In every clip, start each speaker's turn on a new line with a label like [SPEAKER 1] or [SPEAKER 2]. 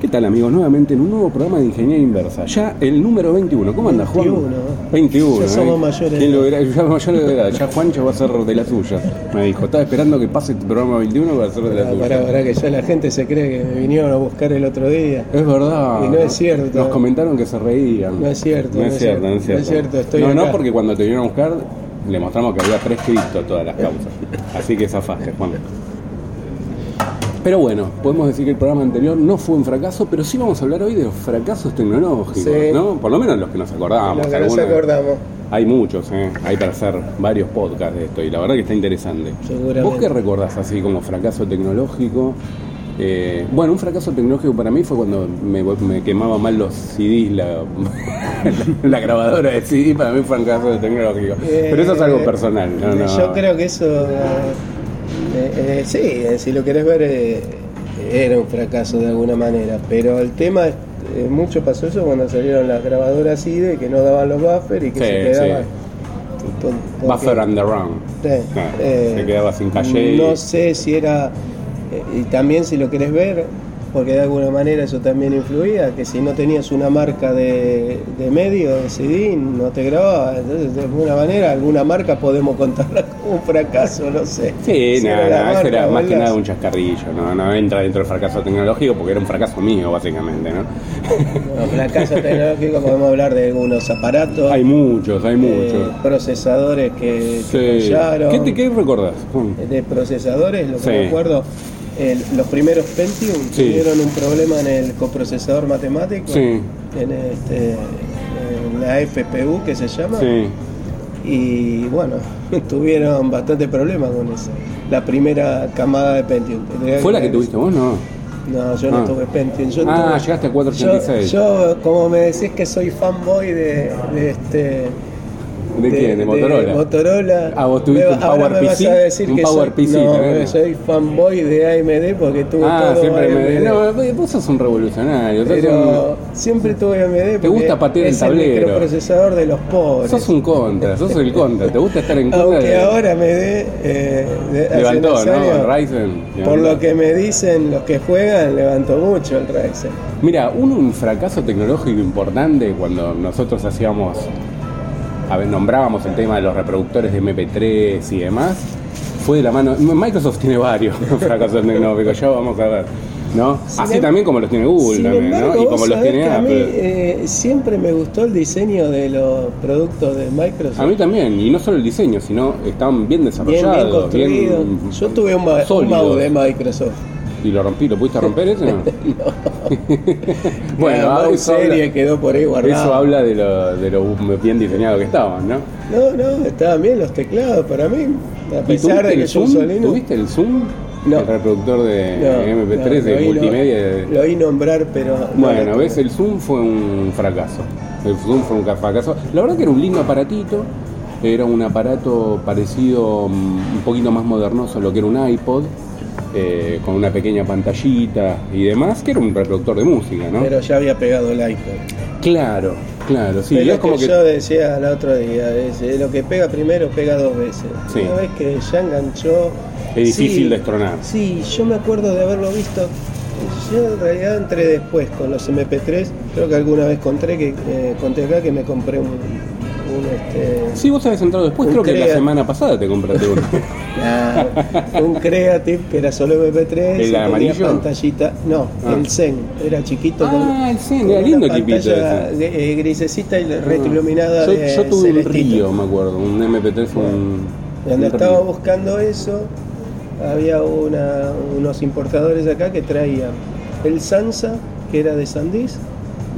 [SPEAKER 1] ¿Qué tal amigos? Nuevamente en un nuevo programa de Ingeniería Inversa. Ya el número 21. ¿Cómo anda Juan?
[SPEAKER 2] 21.
[SPEAKER 1] 21.
[SPEAKER 2] Ya somos
[SPEAKER 1] ¿eh?
[SPEAKER 2] mayores.
[SPEAKER 1] ¿Quién lo verá? Ya mayor de edad. Ya Juancho va a ser de la suya. Me dijo, estaba esperando que pase tu programa 21 para ser de la
[SPEAKER 2] Pará,
[SPEAKER 1] suya.
[SPEAKER 2] Ah, pará, pará, que ya la gente se cree que me vinieron a buscar el otro día.
[SPEAKER 1] Es verdad.
[SPEAKER 2] Y no es cierto.
[SPEAKER 1] Nos comentaron que se reían.
[SPEAKER 2] No es cierto,
[SPEAKER 1] No es cierto, no es cierto.
[SPEAKER 2] no es cierto, estoy
[SPEAKER 1] no, no,
[SPEAKER 2] acá.
[SPEAKER 1] porque cuando te vinieron a buscar le mostramos que había prescripto todas las causas. Así que zafaste, Juan. Pero bueno, podemos decir que el programa anterior no fue un fracaso, pero sí vamos a hablar hoy de los fracasos tecnológicos,
[SPEAKER 2] Sí.
[SPEAKER 1] ¿no? Por lo menos los que nos acordamos.
[SPEAKER 2] Lo que nos
[SPEAKER 1] algunos-
[SPEAKER 2] acordamos.
[SPEAKER 1] Hay muchos, ¿eh? Hay para hacer varios podcasts de esto y la verdad que está interesante.
[SPEAKER 2] Seguramente.
[SPEAKER 1] ¿Vos qué recordás así como fracaso tecnológico? Eh, bueno, un fracaso tecnológico para mí fue cuando me, me quemaba mal los CDs, la, la grabadora de CD, para mí fue un fracaso tecnológico.
[SPEAKER 2] Eh,
[SPEAKER 1] Pero eso es algo personal, no, no.
[SPEAKER 2] Yo creo que eso. eh, eh, sí, eh, si lo querés ver, eh, era un fracaso de alguna manera. Pero el tema es. eh, mucho pasó eso cuando salieron las grabadoras ID que no daban los buffers y que
[SPEAKER 1] Sí,
[SPEAKER 2] se quedaban.
[SPEAKER 1] sí.
[SPEAKER 2] Por- porque-
[SPEAKER 1] Buffer and the Run.
[SPEAKER 2] Eh,
[SPEAKER 1] Ah,
[SPEAKER 2] eh,
[SPEAKER 1] se quedaba sin calle.
[SPEAKER 2] No sé si era. eh, Y también si lo querés ver, porque de alguna manera eso también influía, que si no tenías una marca de, de medio, de CD, no te grababa. Entonces, de alguna manera, alguna marca podemos contarla como un fracaso, no sé.
[SPEAKER 1] Sí,
[SPEAKER 2] Si
[SPEAKER 1] no,
[SPEAKER 2] era
[SPEAKER 1] no,
[SPEAKER 2] la
[SPEAKER 1] ese
[SPEAKER 2] marca
[SPEAKER 1] era
[SPEAKER 2] o
[SPEAKER 1] más que
[SPEAKER 2] el
[SPEAKER 1] nada un
[SPEAKER 2] lazo.
[SPEAKER 1] chascarrillo, no, no entra dentro del fracaso tecnológico porque era un fracaso mío, básicamente, ¿no?
[SPEAKER 2] No, fracaso tecnológico, podemos hablar de algunos aparatos,
[SPEAKER 1] Hay muchos, hay
[SPEAKER 2] eh,
[SPEAKER 1] muchos.
[SPEAKER 2] procesadores que, que
[SPEAKER 1] Sí.
[SPEAKER 2] fallaron.
[SPEAKER 1] ¿Qué, te, ¿Qué recordás? Juan?
[SPEAKER 2] de procesadores, lo que
[SPEAKER 1] Sí.
[SPEAKER 2] me acuerdo, el- los primeros Pentium
[SPEAKER 1] Sí.
[SPEAKER 2] tuvieron un problema en el coprocesador matemático,
[SPEAKER 1] Sí.
[SPEAKER 2] en, este, en la FPU que se llama,
[SPEAKER 1] Sí.
[SPEAKER 2] y bueno, tuvieron bastante problema con eso. La primera camada de Pentium. Tendría
[SPEAKER 1] ¿Fue la que
[SPEAKER 2] ver-
[SPEAKER 1] tuviste vos, no?
[SPEAKER 2] No, yo no
[SPEAKER 1] Ah.
[SPEAKER 2] tuve Pentium. Eh, Yo
[SPEAKER 1] Ah,
[SPEAKER 2] tuve-
[SPEAKER 1] llegaste a 486.
[SPEAKER 2] Yo, yo, como me decís que soy fanboy de, de este...
[SPEAKER 1] ¿De, quién? ¿De Motorola?
[SPEAKER 2] Motorola.
[SPEAKER 1] Ah, vos tuviste
[SPEAKER 2] Me-
[SPEAKER 1] un
[SPEAKER 2] ahora
[SPEAKER 1] Power
[SPEAKER 2] me
[SPEAKER 1] PC,
[SPEAKER 2] Vas a decir
[SPEAKER 1] un
[SPEAKER 2] que
[SPEAKER 1] Power
[SPEAKER 2] soy,
[SPEAKER 1] PC
[SPEAKER 2] no,
[SPEAKER 1] también.
[SPEAKER 2] soy fanboy de AMD porque tuve
[SPEAKER 1] ah,
[SPEAKER 2] todo
[SPEAKER 1] siempre me...
[SPEAKER 2] AMD.
[SPEAKER 1] No, vos sos un revolucionario. Sos,
[SPEAKER 2] pero
[SPEAKER 1] un,
[SPEAKER 2] siempre tuve AMD porque
[SPEAKER 1] gusta patear el
[SPEAKER 2] es
[SPEAKER 1] tablero.
[SPEAKER 2] el microprocesador de los pobres.
[SPEAKER 1] sos un contra, sos el contra. ¿Te gusta estar en contra?
[SPEAKER 2] Aunque
[SPEAKER 1] de-
[SPEAKER 2] ahora me dé... eh, de- hace
[SPEAKER 1] Levantó,
[SPEAKER 2] unos años,
[SPEAKER 1] ¿no? Ryzen.
[SPEAKER 2] Por
[SPEAKER 1] levantó.
[SPEAKER 2] lo que me dicen los que juegan, levanto mucho el Ryzen.
[SPEAKER 1] Mira, un, un fracaso tecnológico importante cuando nosotros hacíamos, a ver, nombrábamos el tema de los reproductores de MP3 y demás, fue de la mano. Microsoft tiene varios fracasos tecnológicos, ya vamos a ver. ¿No?
[SPEAKER 2] Sin
[SPEAKER 1] Así
[SPEAKER 2] em-
[SPEAKER 1] también como los tiene Google
[SPEAKER 2] Sin
[SPEAKER 1] también,
[SPEAKER 2] embargo,
[SPEAKER 1] ¿no? Y
[SPEAKER 2] vos
[SPEAKER 1] como los
[SPEAKER 2] sabés
[SPEAKER 1] tiene
[SPEAKER 2] que a mí
[SPEAKER 1] Apple.
[SPEAKER 2] eh, siempre me gustó el diseño de los productos de Microsoft.
[SPEAKER 1] A mí también, y no solo el diseño, sino estaban bien
[SPEAKER 2] Bien, bien
[SPEAKER 1] desarrollados, bien,
[SPEAKER 2] construido. Yo tuve un, ma- un
[SPEAKER 1] sólidos.
[SPEAKER 2] mouse de Microsoft.
[SPEAKER 1] Y lo rompí, ¿lo pudiste romper ese? No. bueno,
[SPEAKER 2] Nada,
[SPEAKER 1] ahora
[SPEAKER 2] mouse
[SPEAKER 1] eso habla-
[SPEAKER 2] serie quedó por ahí guardado.
[SPEAKER 1] Eso habla de lo, de lo bien diseñado que estaban, ¿no?
[SPEAKER 2] No, no, estaban bien los teclados para mí. A
[SPEAKER 1] ¿Y
[SPEAKER 2] pesar de
[SPEAKER 1] el
[SPEAKER 2] que yo
[SPEAKER 1] Zoom?
[SPEAKER 2] uso Linux.
[SPEAKER 1] ¿Tuviste el Zoom?
[SPEAKER 2] No.
[SPEAKER 1] El reproductor de
[SPEAKER 2] No, no,
[SPEAKER 1] MP3, de
[SPEAKER 2] lo oí no-
[SPEAKER 1] multimedia. de-
[SPEAKER 2] Lo oí nombrar, pero. no lo
[SPEAKER 1] Bueno,
[SPEAKER 2] tuve.
[SPEAKER 1] ves, el Zoom fue un fracaso. El Zoom fue un ca- fracaso. La verdad que era un lindo aparatito. Era un aparato parecido, mm, un poquito más modernoso a lo que era un iPod, eh, con una pequeña pantallita y demás, que era un reproductor de música, ¿no?
[SPEAKER 2] Pero ya había pegado el iPhone.
[SPEAKER 1] Claro, claro, sí.
[SPEAKER 2] Pero
[SPEAKER 1] es como que,
[SPEAKER 2] yo decía el otro día, es, eh, lo que pega primero pega dos veces.
[SPEAKER 1] Sí.
[SPEAKER 2] Una vez que ya enganchó.
[SPEAKER 1] es difícil
[SPEAKER 2] sí,
[SPEAKER 1] destronar.
[SPEAKER 2] Sí, yo me acuerdo de haberlo visto. Yo en realidad entré después con los MP3. Creo que alguna vez conté que eh, conté acá que me compré un, un, este,
[SPEAKER 1] Sí, vos habés entrado después,
[SPEAKER 2] Un
[SPEAKER 1] creo que la
[SPEAKER 2] crea-
[SPEAKER 1] semana pasada te compraste uno.
[SPEAKER 2] nah, un Creative que era solo MP3.
[SPEAKER 1] ¿El
[SPEAKER 2] y tenía
[SPEAKER 1] amarillo?
[SPEAKER 2] pantallita. No,
[SPEAKER 1] Ah.
[SPEAKER 2] el Zen era chiquito.
[SPEAKER 1] Ah, el Zen,
[SPEAKER 2] con
[SPEAKER 1] era
[SPEAKER 2] una
[SPEAKER 1] lindo el tipito
[SPEAKER 2] pantalla
[SPEAKER 1] ese.
[SPEAKER 2] de- eh, grisecita y
[SPEAKER 1] Ah.
[SPEAKER 2] retroiluminada.
[SPEAKER 1] yo,
[SPEAKER 2] de
[SPEAKER 1] yo tuve un
[SPEAKER 2] celestito.
[SPEAKER 1] río, me acuerdo, un MP3, fue un.
[SPEAKER 2] Cuando
[SPEAKER 1] un Río.
[SPEAKER 2] estaba buscando eso, había una- unos importadores acá que traían el Sansa, que era de Sandisk.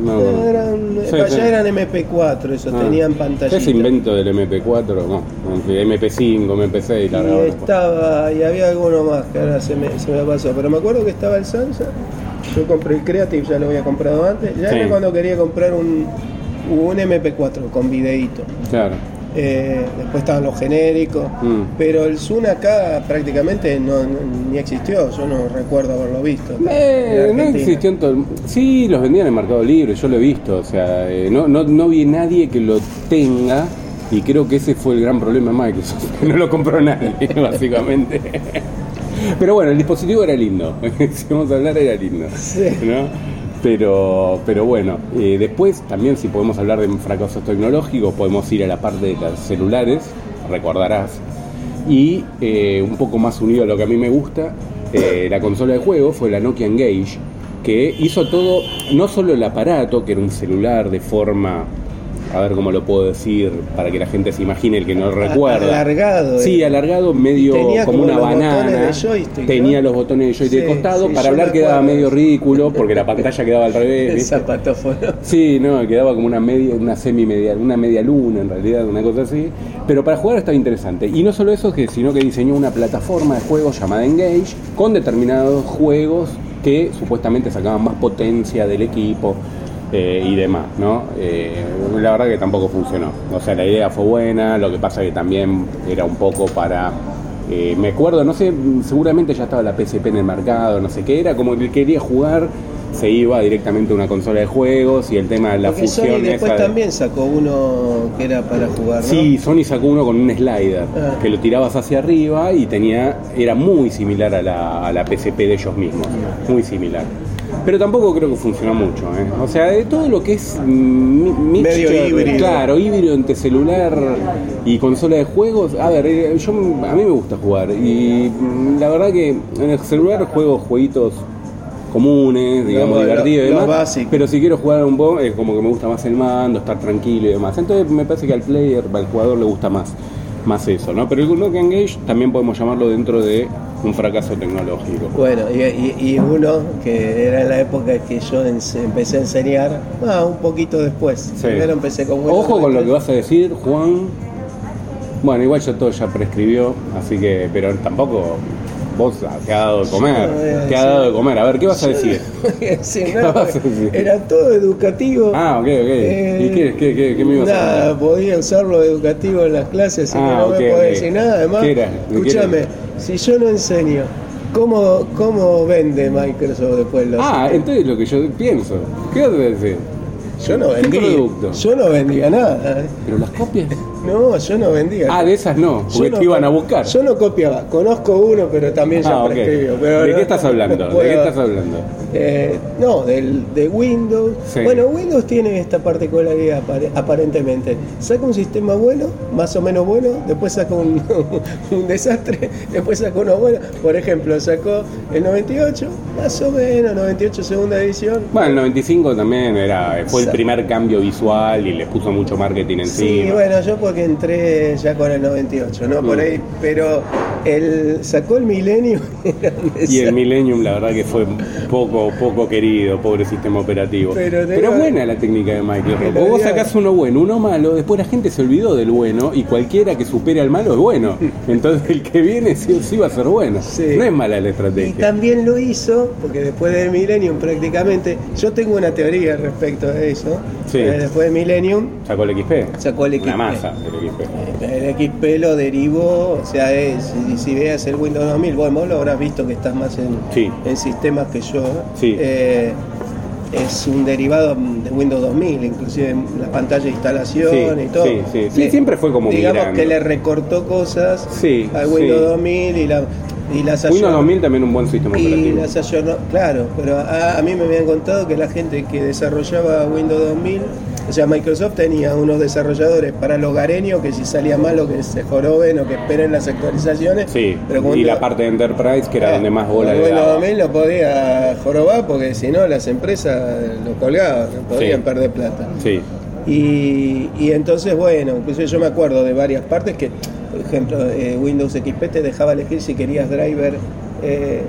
[SPEAKER 1] No,
[SPEAKER 2] Eh,
[SPEAKER 1] no.
[SPEAKER 2] eran,
[SPEAKER 1] Ah, Sí,
[SPEAKER 2] para
[SPEAKER 1] sí.
[SPEAKER 2] allá eran MP4, eso,
[SPEAKER 1] Ah.
[SPEAKER 2] tenían pantallita.
[SPEAKER 1] Ese invento del MP4, no, aunque MP5, MP6, la
[SPEAKER 2] Y
[SPEAKER 1] verdad.
[SPEAKER 2] estaba, y había alguno más que ahora se me, se me pasó, pero me acuerdo que estaba el Sansa. Yo compré el Creative, ya lo había comprado antes. Ya
[SPEAKER 1] Sí.
[SPEAKER 2] era cuando quería comprar un, un MP4 con videíto.
[SPEAKER 1] Claro.
[SPEAKER 2] Eh, después estaban los genéricos,
[SPEAKER 1] Mm.
[SPEAKER 2] pero el Zoom acá prácticamente no, no- ni existió, yo no recuerdo haberlo visto.
[SPEAKER 1] Eh,
[SPEAKER 2] en
[SPEAKER 1] no
[SPEAKER 2] Argentina.
[SPEAKER 1] existió en todo el- Sí, los vendían en Mercado Libre, yo lo he visto. O sea, eh, no, no, no vi nadie que lo tenga. Y creo que ese fue el gran problema de Microsoft. que No lo compró nadie, básicamente. Pero bueno, el dispositivo era lindo. Si vamos a hablar, era lindo.
[SPEAKER 2] Sí.
[SPEAKER 1] ¿no? Pero, pero bueno, eh, después también si podemos hablar de fracasos tecnológicos, podemos ir a la parte de los celulares, recordarás. Y eh, un poco más unido a lo que a mí me gusta, eh, la consola de juego fue la Nokia Engage, que hizo todo, no solo el aparato, que era un celular de forma, a ver cómo lo puedo decir, para que la gente se imagine el que no recuerda.
[SPEAKER 2] Alargado.
[SPEAKER 1] Sí,
[SPEAKER 2] eh.
[SPEAKER 1] alargado, medio
[SPEAKER 2] Tenía
[SPEAKER 1] como,
[SPEAKER 2] como
[SPEAKER 1] una
[SPEAKER 2] los
[SPEAKER 1] banana.
[SPEAKER 2] botones de joystick,
[SPEAKER 1] tenía
[SPEAKER 2] ¿no?
[SPEAKER 1] los botones de joystick de
[SPEAKER 2] Sí,
[SPEAKER 1] costado.
[SPEAKER 2] sí,
[SPEAKER 1] para
[SPEAKER 2] yo
[SPEAKER 1] hablar
[SPEAKER 2] me
[SPEAKER 1] quedaba
[SPEAKER 2] acuerdo.
[SPEAKER 1] medio ridículo porque la pantalla quedaba al revés.
[SPEAKER 2] El
[SPEAKER 1] ¿viste?
[SPEAKER 2] zapatófono.
[SPEAKER 1] Sí, no, quedaba como una media, una semi media, una media luna en realidad, una cosa así. Pero para jugar estaba interesante. Y no solo eso, que, sino que diseñó una plataforma de juegos llamada Engage con determinados juegos que supuestamente sacaban más potencia del equipo eh, y demás, ¿no? Eh, la verdad que tampoco funcionó. O sea, la idea fue buena, lo que pasa que también era un poco para. eh, me acuerdo, no sé, seguramente ya estaba la PSP en el mercado, no sé qué, era como que quería jugar, se iba directamente a una consola de juegos y el tema de la
[SPEAKER 2] Porque Sony
[SPEAKER 1] fusión
[SPEAKER 2] después
[SPEAKER 1] esa de-
[SPEAKER 2] también sacó uno que era para jugar, ¿no?
[SPEAKER 1] Sí, Sony sacó uno con un slider
[SPEAKER 2] Ah.
[SPEAKER 1] que lo tirabas hacia arriba y tenía era muy similar a la, a la PSP de ellos mismos,
[SPEAKER 2] Ah.
[SPEAKER 1] muy similar. Pero tampoco creo que funcionó mucho, ¿eh? O sea, de todo lo que es mm, mi-
[SPEAKER 2] Medio
[SPEAKER 1] mixture,
[SPEAKER 2] híbrido.
[SPEAKER 1] Claro, híbrido entre celular y consola de juegos. A ver, eh, yo a mí me gusta jugar y mm, la verdad que en el celular juego jueguitos comunes, digamos,
[SPEAKER 2] Lo- lo-
[SPEAKER 1] divertidos y
[SPEAKER 2] lo
[SPEAKER 1] demás.
[SPEAKER 2] básico.
[SPEAKER 1] Pero si quiero jugar un poco, es como que me gusta más el mando, estar tranquilo y demás. Entonces me parece que al player, al jugador le gusta más, más eso, ¿no? Pero el Nokia Engage también podemos llamarlo dentro de un fracaso tecnológico.
[SPEAKER 2] Bueno, y, y- y uno que era la época que yo ens- empecé a enseñar, ah, un poquito después.
[SPEAKER 1] Sí.
[SPEAKER 2] Primero empecé con Windows
[SPEAKER 1] Ojo con lo que
[SPEAKER 2] 93.
[SPEAKER 1] vas a decir, Juan. Bueno, igual ya todo ya prescribió, así que, pero tampoco vos te ha dado de comer,
[SPEAKER 2] Yo no voy a
[SPEAKER 1] te ha
[SPEAKER 2] decir-
[SPEAKER 1] dado de comer. A ver, ¿qué vas a decir?
[SPEAKER 2] Sí,
[SPEAKER 1] ¿Qué
[SPEAKER 2] no,
[SPEAKER 1] vas a decir?
[SPEAKER 2] Era todo educativo.
[SPEAKER 1] Ah, ok, ok.
[SPEAKER 2] Eh,
[SPEAKER 1] ¿Y qué, qué, qué, qué me ibas a
[SPEAKER 2] Nada,
[SPEAKER 1] contar?
[SPEAKER 2] podía usarlo educativo en las clases, así
[SPEAKER 1] Ah,
[SPEAKER 2] que no
[SPEAKER 1] ok,
[SPEAKER 2] me podía
[SPEAKER 1] ok.
[SPEAKER 2] decir nada. Además,
[SPEAKER 1] ¿Qué era? ¿De qué era?
[SPEAKER 2] escúchame, si yo no enseño, ¿cómo, ¿cómo vende Microsoft después los.?
[SPEAKER 1] Ah, entonces lo que yo pienso. ¿Qué vas a decir?
[SPEAKER 2] yo no
[SPEAKER 1] ¿qué producto?
[SPEAKER 2] vendía. Yo no vendía nada. eh.
[SPEAKER 1] Pero las copias.
[SPEAKER 2] No, yo no vendía.
[SPEAKER 1] Ah, de esas no,
[SPEAKER 2] Yo
[SPEAKER 1] porque
[SPEAKER 2] no
[SPEAKER 1] te iban a
[SPEAKER 2] co-
[SPEAKER 1] buscar.
[SPEAKER 2] Yo no copiaba. Conozco uno, pero también ya
[SPEAKER 1] Ah, ok.
[SPEAKER 2] prescribió. pero
[SPEAKER 1] ¿De
[SPEAKER 2] no-
[SPEAKER 1] qué estás hablando?
[SPEAKER 2] no
[SPEAKER 1] ¿De qué
[SPEAKER 2] puedo-
[SPEAKER 1] estás hablando?
[SPEAKER 2] Eh, no, del, de Windows.
[SPEAKER 1] Sí.
[SPEAKER 2] Bueno, Windows tiene esta particularidad apare- aparentemente. Saca un sistema bueno, más o menos bueno, después saca un, un desastre, después saca uno bueno. Por ejemplo, sacó el 98, más o menos, 98 segunda edición.
[SPEAKER 1] Bueno, el 95 también era, fue el
[SPEAKER 2] Sa-
[SPEAKER 1] primer cambio visual y les puso mucho marketing
[SPEAKER 2] Sí,
[SPEAKER 1] encima.
[SPEAKER 2] bueno, yo porque entré ya con el 98, ¿no? Por
[SPEAKER 1] Mm.
[SPEAKER 2] ahí, pero el, sacó el milenio. era
[SPEAKER 1] Y
[SPEAKER 2] un
[SPEAKER 1] el
[SPEAKER 2] desastre.
[SPEAKER 1] Millennium la verdad que fue poco poco querido, pobre sistema operativo.
[SPEAKER 2] Pero te
[SPEAKER 1] es
[SPEAKER 2] digo-
[SPEAKER 1] buena la técnica de Microsoft.
[SPEAKER 2] Pero
[SPEAKER 1] Vos
[SPEAKER 2] digo-
[SPEAKER 1] sacás uno bueno, uno malo, después la gente se olvidó del bueno y cualquiera que supere al malo es bueno. Entonces el que viene sí, o sí va a ser bueno.
[SPEAKER 2] Sí.
[SPEAKER 1] No es mala la
[SPEAKER 2] Y
[SPEAKER 1] estrategia.
[SPEAKER 2] también lo hizo, porque después de Millennium prácticamente, yo tengo una teoría respecto a eso,
[SPEAKER 1] Sí.
[SPEAKER 2] Eh, después de Millennium
[SPEAKER 1] Sacó el XP.
[SPEAKER 2] sacó el XP.
[SPEAKER 1] Una masa el XP.
[SPEAKER 2] El XP lo derivó, o sea, es- si, si veas el Windows 2000, bueno, vos lo habrás visto que estás más en,
[SPEAKER 1] Sí.
[SPEAKER 2] en sistemas que yo,
[SPEAKER 1] Sí.
[SPEAKER 2] Eh, es un derivado de Windows 2000, inclusive en la pantalla de instalación
[SPEAKER 1] Sí,
[SPEAKER 2] y todo.
[SPEAKER 1] sí, sí, sí, siempre fue como
[SPEAKER 2] Digamos
[SPEAKER 1] migrando.
[SPEAKER 2] que le recortó cosas
[SPEAKER 1] Sí,
[SPEAKER 2] al Windows
[SPEAKER 1] sí.
[SPEAKER 2] 2000 y, la, y
[SPEAKER 1] Windows
[SPEAKER 2] las ayornó.
[SPEAKER 1] 2000 también un buen sistema
[SPEAKER 2] Y
[SPEAKER 1] operativo.
[SPEAKER 2] las ayornó, claro, pero a, a mí me habían contado que la gente que desarrollaba Windows 2000, o sea, Microsoft tenía unos desarrolladores para los hogareños que si salía mal o que se joroben o que esperen las actualizaciones.
[SPEAKER 1] Sí,
[SPEAKER 2] pero como
[SPEAKER 1] y
[SPEAKER 2] te-
[SPEAKER 1] la parte de Enterprise, que era
[SPEAKER 2] Ah,
[SPEAKER 1] donde más bola
[SPEAKER 2] el
[SPEAKER 1] le
[SPEAKER 2] Windows
[SPEAKER 1] daba.
[SPEAKER 2] 2000 no podía jorobar porque si no las empresas lo colgaban, podían
[SPEAKER 1] Sí.
[SPEAKER 2] perder plata.
[SPEAKER 1] Sí,
[SPEAKER 2] Y, y entonces, bueno, inclusive yo me acuerdo de varias partes que, por ejemplo, eh, Windows XP te dejaba elegir si querías driver, eh,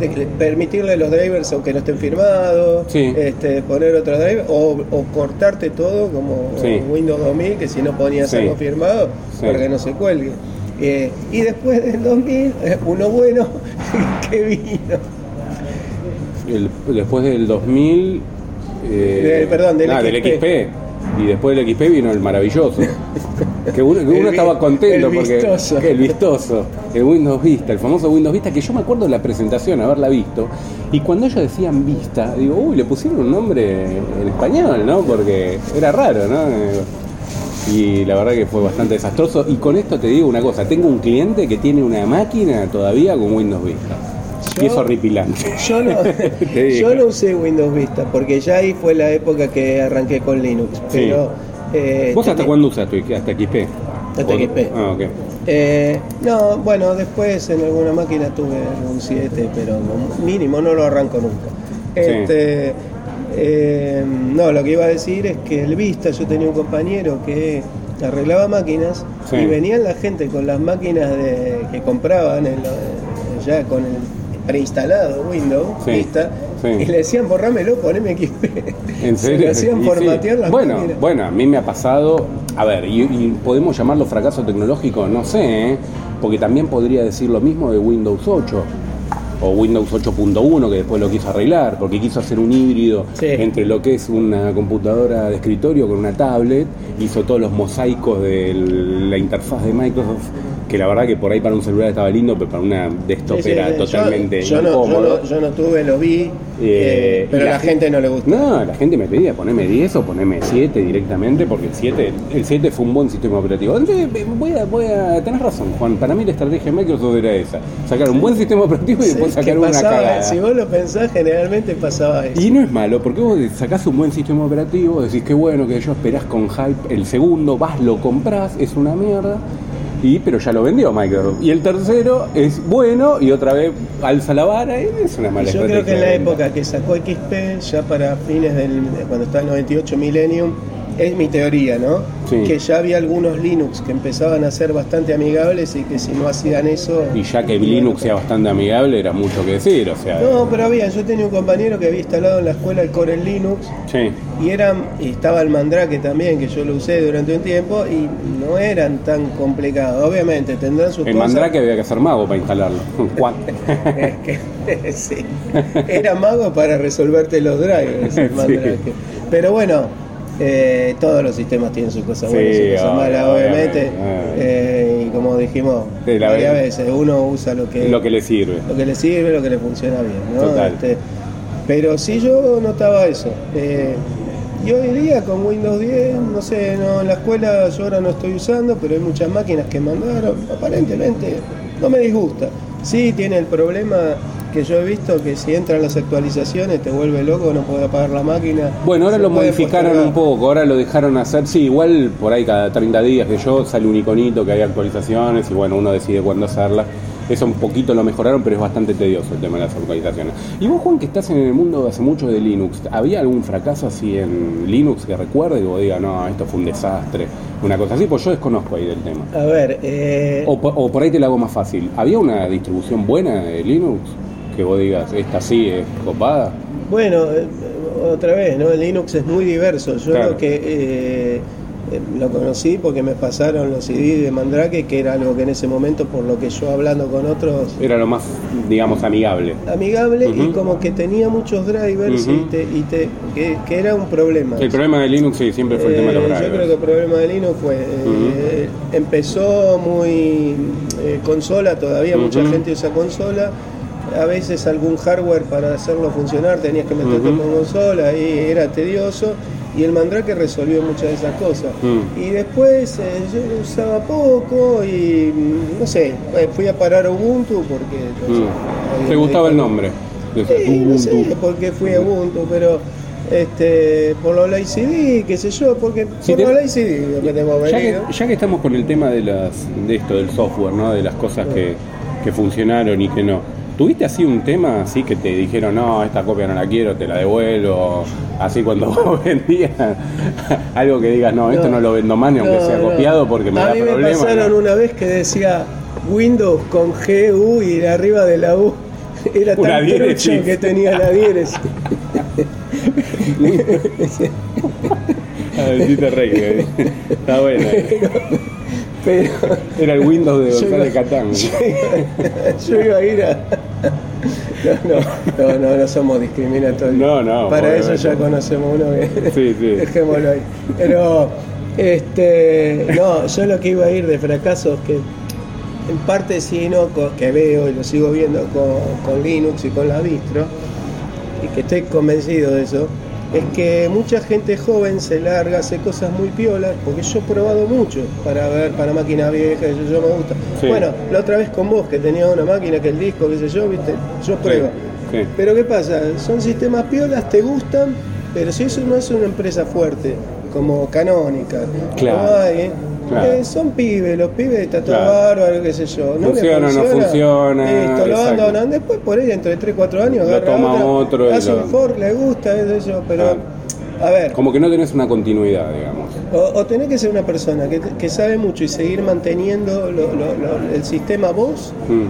[SPEAKER 2] de- de- permitirle los drivers aunque no estén firmados,
[SPEAKER 1] Sí.
[SPEAKER 2] este, poner otro driver o, o cortarte todo como
[SPEAKER 1] Sí.
[SPEAKER 2] Windows 2000, que si no ponías
[SPEAKER 1] Sí.
[SPEAKER 2] algo firmado,
[SPEAKER 1] Sí.
[SPEAKER 2] para que no se cuelgue. Eh, y después del 2000, eh, uno bueno que vino.
[SPEAKER 1] El- después del 2000. eh,
[SPEAKER 2] Del- perdón, del
[SPEAKER 1] ah,
[SPEAKER 2] XP.
[SPEAKER 1] Y después del XP vino el maravilloso. que uno, que uno
[SPEAKER 2] El vi-
[SPEAKER 1] estaba contento
[SPEAKER 2] el
[SPEAKER 1] porque.
[SPEAKER 2] vistoso.
[SPEAKER 1] El vistoso. El Windows Vista, el famoso Windows Vista, que yo me acuerdo de la presentación, haberla visto. Y cuando ellos decían Vista, digo, uy, le pusieron un nombre en español, ¿no? Porque era raro, ¿no? Eh, Y la verdad que fue bastante desastroso. Y con esto te digo una cosa: tengo un cliente que tiene una máquina todavía con Windows Vista. Y es horripilante.
[SPEAKER 2] Yo no,
[SPEAKER 1] Te digo.
[SPEAKER 2] yo no usé Windows Vista, porque ya ahí fue la época que arranqué con Linux. Pero, eh,
[SPEAKER 1] ¿Vos hasta
[SPEAKER 2] también-
[SPEAKER 1] cuándo usas tu Hasta XP.
[SPEAKER 2] Hasta
[SPEAKER 1] ¿O-
[SPEAKER 2] XP.
[SPEAKER 1] Ah, ok.
[SPEAKER 2] Eh, no, bueno, después en alguna máquina tuve un 7, pero como mínimo no lo arranco nunca.
[SPEAKER 1] Sí.
[SPEAKER 2] Este, eh, no, lo que iba a decir es que el Vista, yo tenía un compañero que arreglaba máquinas
[SPEAKER 1] Sí.
[SPEAKER 2] y venían la gente con las máquinas de- que compraban en lo- ya con el preinstalado Windows
[SPEAKER 1] Sí.
[SPEAKER 2] Vista
[SPEAKER 1] Sí.
[SPEAKER 2] y le decían borrámelo, poneme XP.
[SPEAKER 1] ¿En
[SPEAKER 2] Se le
[SPEAKER 1] serio?
[SPEAKER 2] hacían
[SPEAKER 1] Y
[SPEAKER 2] formatear
[SPEAKER 1] sí.
[SPEAKER 2] las
[SPEAKER 1] bueno,
[SPEAKER 2] máquinas.
[SPEAKER 1] bueno, a mí me ha pasado, a ver, y, y podemos llamarlo fracaso tecnológico, no sé, ¿eh? porque también podría decir lo mismo de Windows 8 o Windows 8.1 que después lo quiso arreglar, porque quiso hacer un híbrido
[SPEAKER 2] Sí.
[SPEAKER 1] entre lo que es una computadora de escritorio con una tablet, hizo todos los mosaicos de la interfaz de Microsoft, que la verdad que por ahí para un celular estaba lindo, pero para una desktop
[SPEAKER 2] Sí, sí,
[SPEAKER 1] era
[SPEAKER 2] sí. Yo-
[SPEAKER 1] totalmente
[SPEAKER 2] yo, no, yo,
[SPEAKER 1] incómodo.
[SPEAKER 2] no, yo no tuve, lo vi,
[SPEAKER 1] Eh,
[SPEAKER 2] eh, pero
[SPEAKER 1] y la
[SPEAKER 2] la gente no le gustó.
[SPEAKER 1] No, la gente me pedía poneme 10 o poneme 7 directamente, porque el 7, el 7 fue un buen sistema operativo. Entonces, eh, voy a, voy a tener razón, Juan. Para mí la estrategia de Microsoft era esa: sacar un buen sistema operativo y
[SPEAKER 2] Sí,
[SPEAKER 1] después
[SPEAKER 2] que
[SPEAKER 1] sacar una
[SPEAKER 2] pasaba,
[SPEAKER 1] cagada.
[SPEAKER 2] Si vos lo pensás, generalmente pasaba eso.
[SPEAKER 1] Y no es malo, porque vos sacás un buen sistema operativo, decís que bueno, que yo esperás con hype el segundo, vas, lo comprás, es una mierda, y pero ya lo vendió Microsoft. Y el tercero es bueno y otra vez alza la vara, y es una mala
[SPEAKER 2] yo
[SPEAKER 1] estrategia.
[SPEAKER 2] creo que en
[SPEAKER 1] de
[SPEAKER 2] la
[SPEAKER 1] venta.
[SPEAKER 2] época que sacó XP, ya para fines del. de cuando estaba el 98 Millennium, es mi teoría, ¿no?
[SPEAKER 1] Sí.
[SPEAKER 2] Que ya había algunos Linux que empezaban a ser bastante amigables y que si no hacían eso.
[SPEAKER 1] Y ya que Linux sea bastante amigable, era mucho que decir, o sea.
[SPEAKER 2] No, pero había. Yo tenía un compañero que había instalado en la escuela el Core en Linux
[SPEAKER 1] Sí,
[SPEAKER 2] y eran y estaba el Mandrake también que yo lo usé durante un tiempo y no eran tan complicados obviamente tendrán sus
[SPEAKER 1] el
[SPEAKER 2] cosas
[SPEAKER 1] Mandrake había que ser mago para instalarlo. Cuat.
[SPEAKER 2] Es que- sí. Era mago para resolverte los drivers, el
[SPEAKER 1] Sí.
[SPEAKER 2] Mandrake. Pero bueno, eh, todos los sistemas tienen sus cosas
[SPEAKER 1] Sí,
[SPEAKER 2] buenas y sus cosas malas,
[SPEAKER 1] obviamente,
[SPEAKER 2] obviamente.
[SPEAKER 1] obviamente.
[SPEAKER 2] Eh, y como dijimos
[SPEAKER 1] Sí, la
[SPEAKER 2] varias
[SPEAKER 1] verdad.
[SPEAKER 2] veces, uno usa lo que,
[SPEAKER 1] Lo que le sirve.
[SPEAKER 2] lo que le sirve, lo que le funciona bien. ¿no? Este,
[SPEAKER 1] Total.
[SPEAKER 2] pero sí yo notaba eso. Eh, y hoy día con Windows 10, no sé, no, en la escuela yo ahora no estoy usando, pero hay muchas máquinas que mandaron. Aparentemente no me disgusta. Sí tiene el problema que yo he visto que si entran las actualizaciones te vuelve loco, no puede apagar la máquina.
[SPEAKER 1] Bueno, ahora
[SPEAKER 2] Se
[SPEAKER 1] lo
[SPEAKER 2] puede
[SPEAKER 1] modificaron
[SPEAKER 2] postergar.
[SPEAKER 1] un poco, ahora lo dejaron hacer. Sí, igual por ahí cada 30 días que yo sale un iconito que hay actualizaciones y bueno, uno decide cuándo hacerlas. Eso un poquito lo mejoraron, pero es bastante tedioso el tema de las actualizaciones. Y vos, Juan, que estás en el mundo hace mucho de Linux, ¿había algún fracaso así en Linux que recuerde? O diga, no, esto fue un desastre, una cosa así, pues yo desconozco ahí del tema.
[SPEAKER 2] A ver, eh,
[SPEAKER 1] O, po- o por ahí te la hago más fácil. ¿Había una distribución buena de Linux? Que vos digas, esta sí es copada.
[SPEAKER 2] Bueno, eh, otra vez, ¿no? El Linux es muy diverso. Yo
[SPEAKER 1] Claro.
[SPEAKER 2] lo que eh, eh, lo conocí porque me pasaron los CD de Mandrake, que era algo que en ese momento, por lo que yo hablando con otros,
[SPEAKER 1] Era lo más, digamos, amigable.
[SPEAKER 2] amigable
[SPEAKER 1] Ujú.
[SPEAKER 2] y como que tenía muchos drivers
[SPEAKER 1] Ujú.
[SPEAKER 2] y te, y te- que, que era un problema.
[SPEAKER 1] El problema de Linux sí, siempre fue el tema de los
[SPEAKER 2] Eh, yo
[SPEAKER 1] drivers.
[SPEAKER 2] creo que el problema de Linux fue. eh, Empezó muy. eh, consola, todavía mucha
[SPEAKER 1] Ujú.
[SPEAKER 2] gente usa consola. A veces algún hardware para hacerlo funcionar tenías que meterte
[SPEAKER 1] Ujú.
[SPEAKER 2] con consola y era tedioso. Y el Mandrake resolvió muchas de esas cosas.
[SPEAKER 1] Mm.
[SPEAKER 2] Y después eh, yo lo usaba poco y mm, no sé, eh, fui a parar a Ubuntu porque. eh, no sé,
[SPEAKER 1] Mm.
[SPEAKER 2] había
[SPEAKER 1] ¿Te
[SPEAKER 2] un
[SPEAKER 1] gustaba el
[SPEAKER 2] disco-
[SPEAKER 1] nombre? Decías,
[SPEAKER 2] Sí, no
[SPEAKER 1] Ubuntu.
[SPEAKER 2] sé por qué fui a Ubuntu, pero este, por los LCD, qué sé yo, porque
[SPEAKER 1] Sí,
[SPEAKER 2] por
[SPEAKER 1] te-
[SPEAKER 2] los LCD lo que tengo
[SPEAKER 1] ya, que,
[SPEAKER 2] venido.
[SPEAKER 1] ya que estamos con el tema de, las, de esto, del software, ¿no? de las cosas que, que funcionaron y que no, ¿tuviste así un tema así que te dijeron, no, esta copia no la quiero, te la devuelvo? Así cuando vos vendías algo que digas, no, esto no, lo vendo más ni aunque
[SPEAKER 2] No,
[SPEAKER 1] sea
[SPEAKER 2] no.
[SPEAKER 1] copiado porque me
[SPEAKER 2] a
[SPEAKER 1] da
[SPEAKER 2] mí
[SPEAKER 1] problemas.
[SPEAKER 2] me pasaron
[SPEAKER 1] ¿no?
[SPEAKER 2] una vez que decía Windows con G, U y arriba de la U. Era
[SPEAKER 1] Una
[SPEAKER 2] tan
[SPEAKER 1] diéresis.
[SPEAKER 2] trucho que tenía la diéresis.
[SPEAKER 1] A ver, sí te reís, ¿eh? Está bueno. eh.
[SPEAKER 2] Pero
[SPEAKER 1] Era el Windows de
[SPEAKER 2] Yo
[SPEAKER 1] González
[SPEAKER 2] iba-
[SPEAKER 1] Catán.
[SPEAKER 2] yo iba a ir a. No, no, no, no, no somos discriminatorios.
[SPEAKER 1] No, no,
[SPEAKER 2] Para eso
[SPEAKER 1] obviamente.
[SPEAKER 2] ya conocemos uno que.
[SPEAKER 1] Sí, sí.
[SPEAKER 2] Dejémoslo ahí. Pero, este, no, yo lo que iba a ir de fracasos que en parte sí, no, co- que veo y lo sigo viendo con, con Linux y con la distro, y que estoy convencido de eso, es que mucha gente joven se larga, hace cosas muy piolas, porque yo he probado mucho para ver, para máquinas viejas, yo, yo me gusta.
[SPEAKER 1] Sí.
[SPEAKER 2] Bueno, la otra vez con vos, que tenía una máquina, que el disco, qué sé yo, viste, yo pruebo.
[SPEAKER 1] Sí.
[SPEAKER 2] Pero ¿qué pasa? Son sistemas piolas, te gustan, pero si eso no es una empresa fuerte, como Canónica,
[SPEAKER 1] Claro.
[SPEAKER 2] como hay,
[SPEAKER 1] Claro.
[SPEAKER 2] eh, son pibes, los pibes está todo
[SPEAKER 1] Claro.
[SPEAKER 2] bárbaro, qué sé yo. ¿no? le
[SPEAKER 1] Funciona, no funciona,
[SPEAKER 2] Listo, lo
[SPEAKER 1] exacto.
[SPEAKER 2] abandonan. Ah, Después por ahí, entre 3, 4 años,
[SPEAKER 1] Lo
[SPEAKER 2] agarra
[SPEAKER 1] toma
[SPEAKER 2] otra,
[SPEAKER 1] otro y
[SPEAKER 2] hace
[SPEAKER 1] lo-
[SPEAKER 2] un Ford, le gusta, qué sé yo, pero...
[SPEAKER 1] Claro.
[SPEAKER 2] A ver,
[SPEAKER 1] Como que no tenés una continuidad, digamos.
[SPEAKER 2] o, o tenés que ser una persona que, que sabe mucho y seguir manteniendo lo- lo- lo- el sistema vos,
[SPEAKER 1] Mm.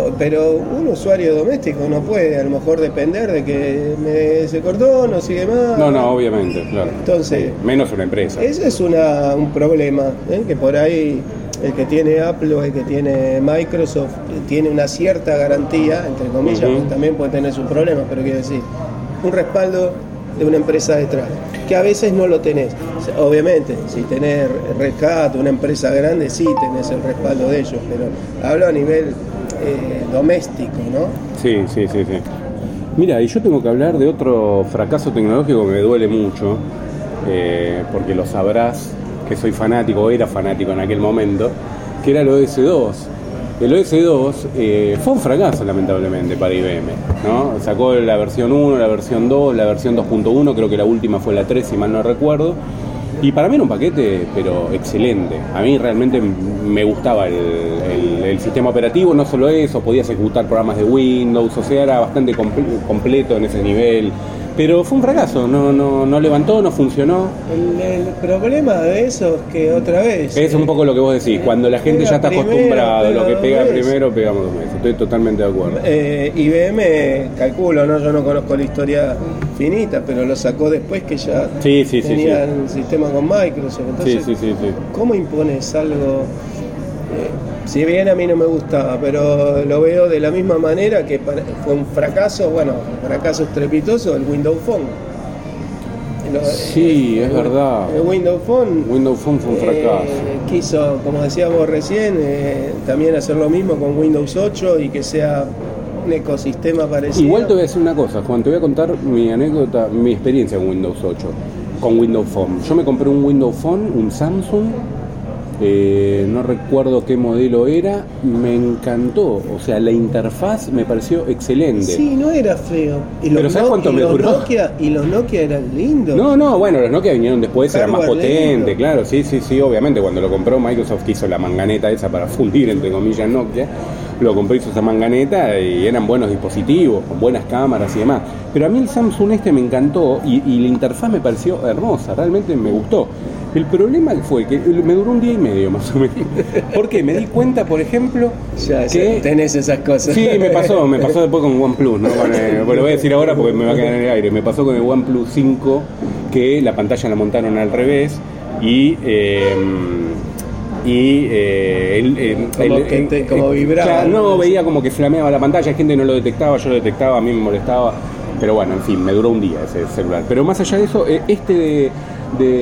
[SPEAKER 2] o- pero un usuario doméstico no puede a lo mejor depender de que me, se cortó, no sigue más.
[SPEAKER 1] No, no, obviamente, claro.
[SPEAKER 2] Entonces,
[SPEAKER 1] Menos una empresa.
[SPEAKER 2] ese es una- un problema, ¿eh? que por ahí el que tiene Apple o el que tiene Microsoft eh, tiene una cierta garantía, entre comillas,
[SPEAKER 1] Ujú.
[SPEAKER 2] porque también puede tener sus problemas, pero quiero decir, un respaldo de una empresa detrás, que a veces no lo tenés. O sea, Obviamente, si tenés rescate, una empresa grande, sí tenés el respaldo de ellos, pero hablo a nivel eh, doméstico, ¿no?
[SPEAKER 1] Sí, sí, sí, sí. Mira, y yo tengo que hablar de otro fracaso tecnológico que me duele mucho, eh, porque lo sabrás, que soy fanático, o era fanático en aquel momento, que era el OS2. El OS2 eh, fue un fracaso, lamentablemente, para IBM. ¿no? Sacó la versión 1, la versión 2, la versión 2.1, creo que la última fue la 3, si mal no recuerdo. Y para mí era un paquete, pero excelente. A mí realmente me gustaba el, el- el sistema operativo, no solo eso, podías ejecutar programas de Windows, o sea, era bastante comple- completo en ese nivel. Pero fue un fracaso, no, no, no levantó, no funcionó.
[SPEAKER 2] El, el problema de eso es que otra vez... eh,
[SPEAKER 1] Es un poco lo que vos decís, cuando la gente ya está
[SPEAKER 2] Pega
[SPEAKER 1] acostumbrada,
[SPEAKER 2] primero,
[SPEAKER 1] lo que
[SPEAKER 2] pega
[SPEAKER 1] pega
[SPEAKER 2] dos veces.
[SPEAKER 1] primero, pegamos dos veces. Estoy totalmente de acuerdo.
[SPEAKER 2] Eh, IBM, calculo, ¿no? yo no conozco la historia finita, pero lo sacó después que ya
[SPEAKER 1] Sí, sí, sí, sí.
[SPEAKER 2] tenían el sistema con Microsoft.
[SPEAKER 1] Sí,
[SPEAKER 2] Entonces,
[SPEAKER 1] sí, sí, sí.
[SPEAKER 2] ¿cómo impones algo? Eh, si bien a mí no me gustaba, pero lo veo de la misma manera que para- fue un fracaso, bueno, un fracaso estrepitoso el Windows Phone. Lo- eh,
[SPEAKER 1] Sí, es verdad.
[SPEAKER 2] El Windows Phone
[SPEAKER 1] Windows Phone fue un fracaso.
[SPEAKER 2] eh, quiso, como decíamos recién, eh, también hacer lo mismo con Windows 8 y que sea un ecosistema parecido.
[SPEAKER 1] Igual te voy a decir una cosa, Juan, te voy a contar mi anécdota, mi experiencia con Windows 8, con Windows Phone. Yo me compré un Windows Phone, un Samsung, eh, no recuerdo qué modelo era, me encantó, o sea, la interfaz me pareció excelente.
[SPEAKER 2] Sí, no era feo. Y
[SPEAKER 1] Pero ¿sabes cuánto
[SPEAKER 2] y
[SPEAKER 1] me
[SPEAKER 2] los
[SPEAKER 1] duró?
[SPEAKER 2] Nokia, y los Nokia eran lindos.
[SPEAKER 1] No, no, bueno, los Nokia vinieron después, eran más
[SPEAKER 2] Hardware
[SPEAKER 1] potente,
[SPEAKER 2] lento.
[SPEAKER 1] claro, sí, sí, sí, obviamente cuando lo compró Microsoft que hizo la manganeta esa para fundir, entre comillas, Nokia, lo compró hizo esa manganeta y eran buenos dispositivos, con buenas cámaras y demás. Pero a mí el Samsung este me encantó y, y la interfaz me pareció hermosa, realmente me gustó. El problema fue que me duró un día y medio más o menos. Porque me di cuenta, por ejemplo,
[SPEAKER 2] Ya, ya
[SPEAKER 1] que
[SPEAKER 2] tenés esas cosas.
[SPEAKER 1] Sí, me pasó, me pasó después con OnePlus, ¿no? Con, eh, bueno, lo voy a decir ahora porque me va a quedar en el aire. Me pasó con el OnePlus 5 que la pantalla la montaron al revés y. eh, y eh, el- el-
[SPEAKER 2] Como
[SPEAKER 1] el-
[SPEAKER 2] que te- como
[SPEAKER 1] eh,
[SPEAKER 2] vibraba,
[SPEAKER 1] claro,
[SPEAKER 2] ¿no?
[SPEAKER 1] no, veía como que flameaba la pantalla, gente no lo detectaba, yo lo detectaba, a mí me molestaba. Pero bueno, en fin, me duró un día ese celular. Pero más allá de eso, eh, este de,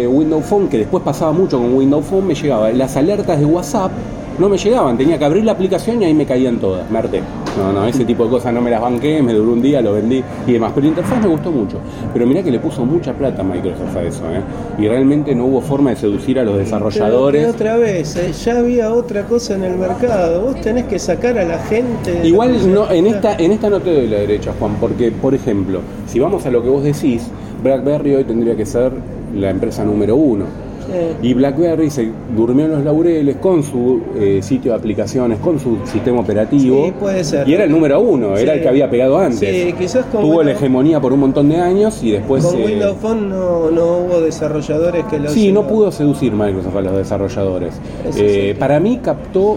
[SPEAKER 1] de Windows Phone, que después pasaba mucho con Windows Phone, me llegaba. Las alertas de WhatsApp no me llegaban, tenía que abrir la aplicación y ahí me caían todas, me harté. No, no, ese tipo de cosas no me las banqué, me duró un día, lo vendí y demás. Pero la interfaz me gustó mucho. Pero mirá que le puso mucha plata Microsoft a eso, ¿eh? Y realmente no hubo forma de seducir a los
[SPEAKER 2] Pero
[SPEAKER 1] desarrolladores.
[SPEAKER 2] que otra vez, eh, ya había otra cosa en el mercado. Vos tenés que sacar a la gente. de la
[SPEAKER 1] Igual no, en
[SPEAKER 2] cosa.
[SPEAKER 1] esta, en esta no te doy la derecha, Juan, porque, por ejemplo, si vamos a lo que vos decís, BlackBerry hoy tendría que ser la empresa número uno.
[SPEAKER 2] Eh,
[SPEAKER 1] Y BlackBerry se durmió en los laureles con su eh, sitio de aplicaciones, con su sistema operativo.
[SPEAKER 2] Sí, puede ser.
[SPEAKER 1] Y era el número uno, era
[SPEAKER 2] Sí.
[SPEAKER 1] el que había pegado antes.
[SPEAKER 2] Sí, quizás con
[SPEAKER 1] Tuvo la
[SPEAKER 2] Windows-
[SPEAKER 1] hegemonía por un montón de años y después...
[SPEAKER 2] con
[SPEAKER 1] eh,
[SPEAKER 2] Windows Phone no, no hubo desarrolladores que lo
[SPEAKER 1] Sí, no
[SPEAKER 2] hicieron.
[SPEAKER 1] pudo seducir Microsoft a los desarrolladores.
[SPEAKER 2] Eso
[SPEAKER 1] Eh,
[SPEAKER 2] sí.
[SPEAKER 1] Para mí captó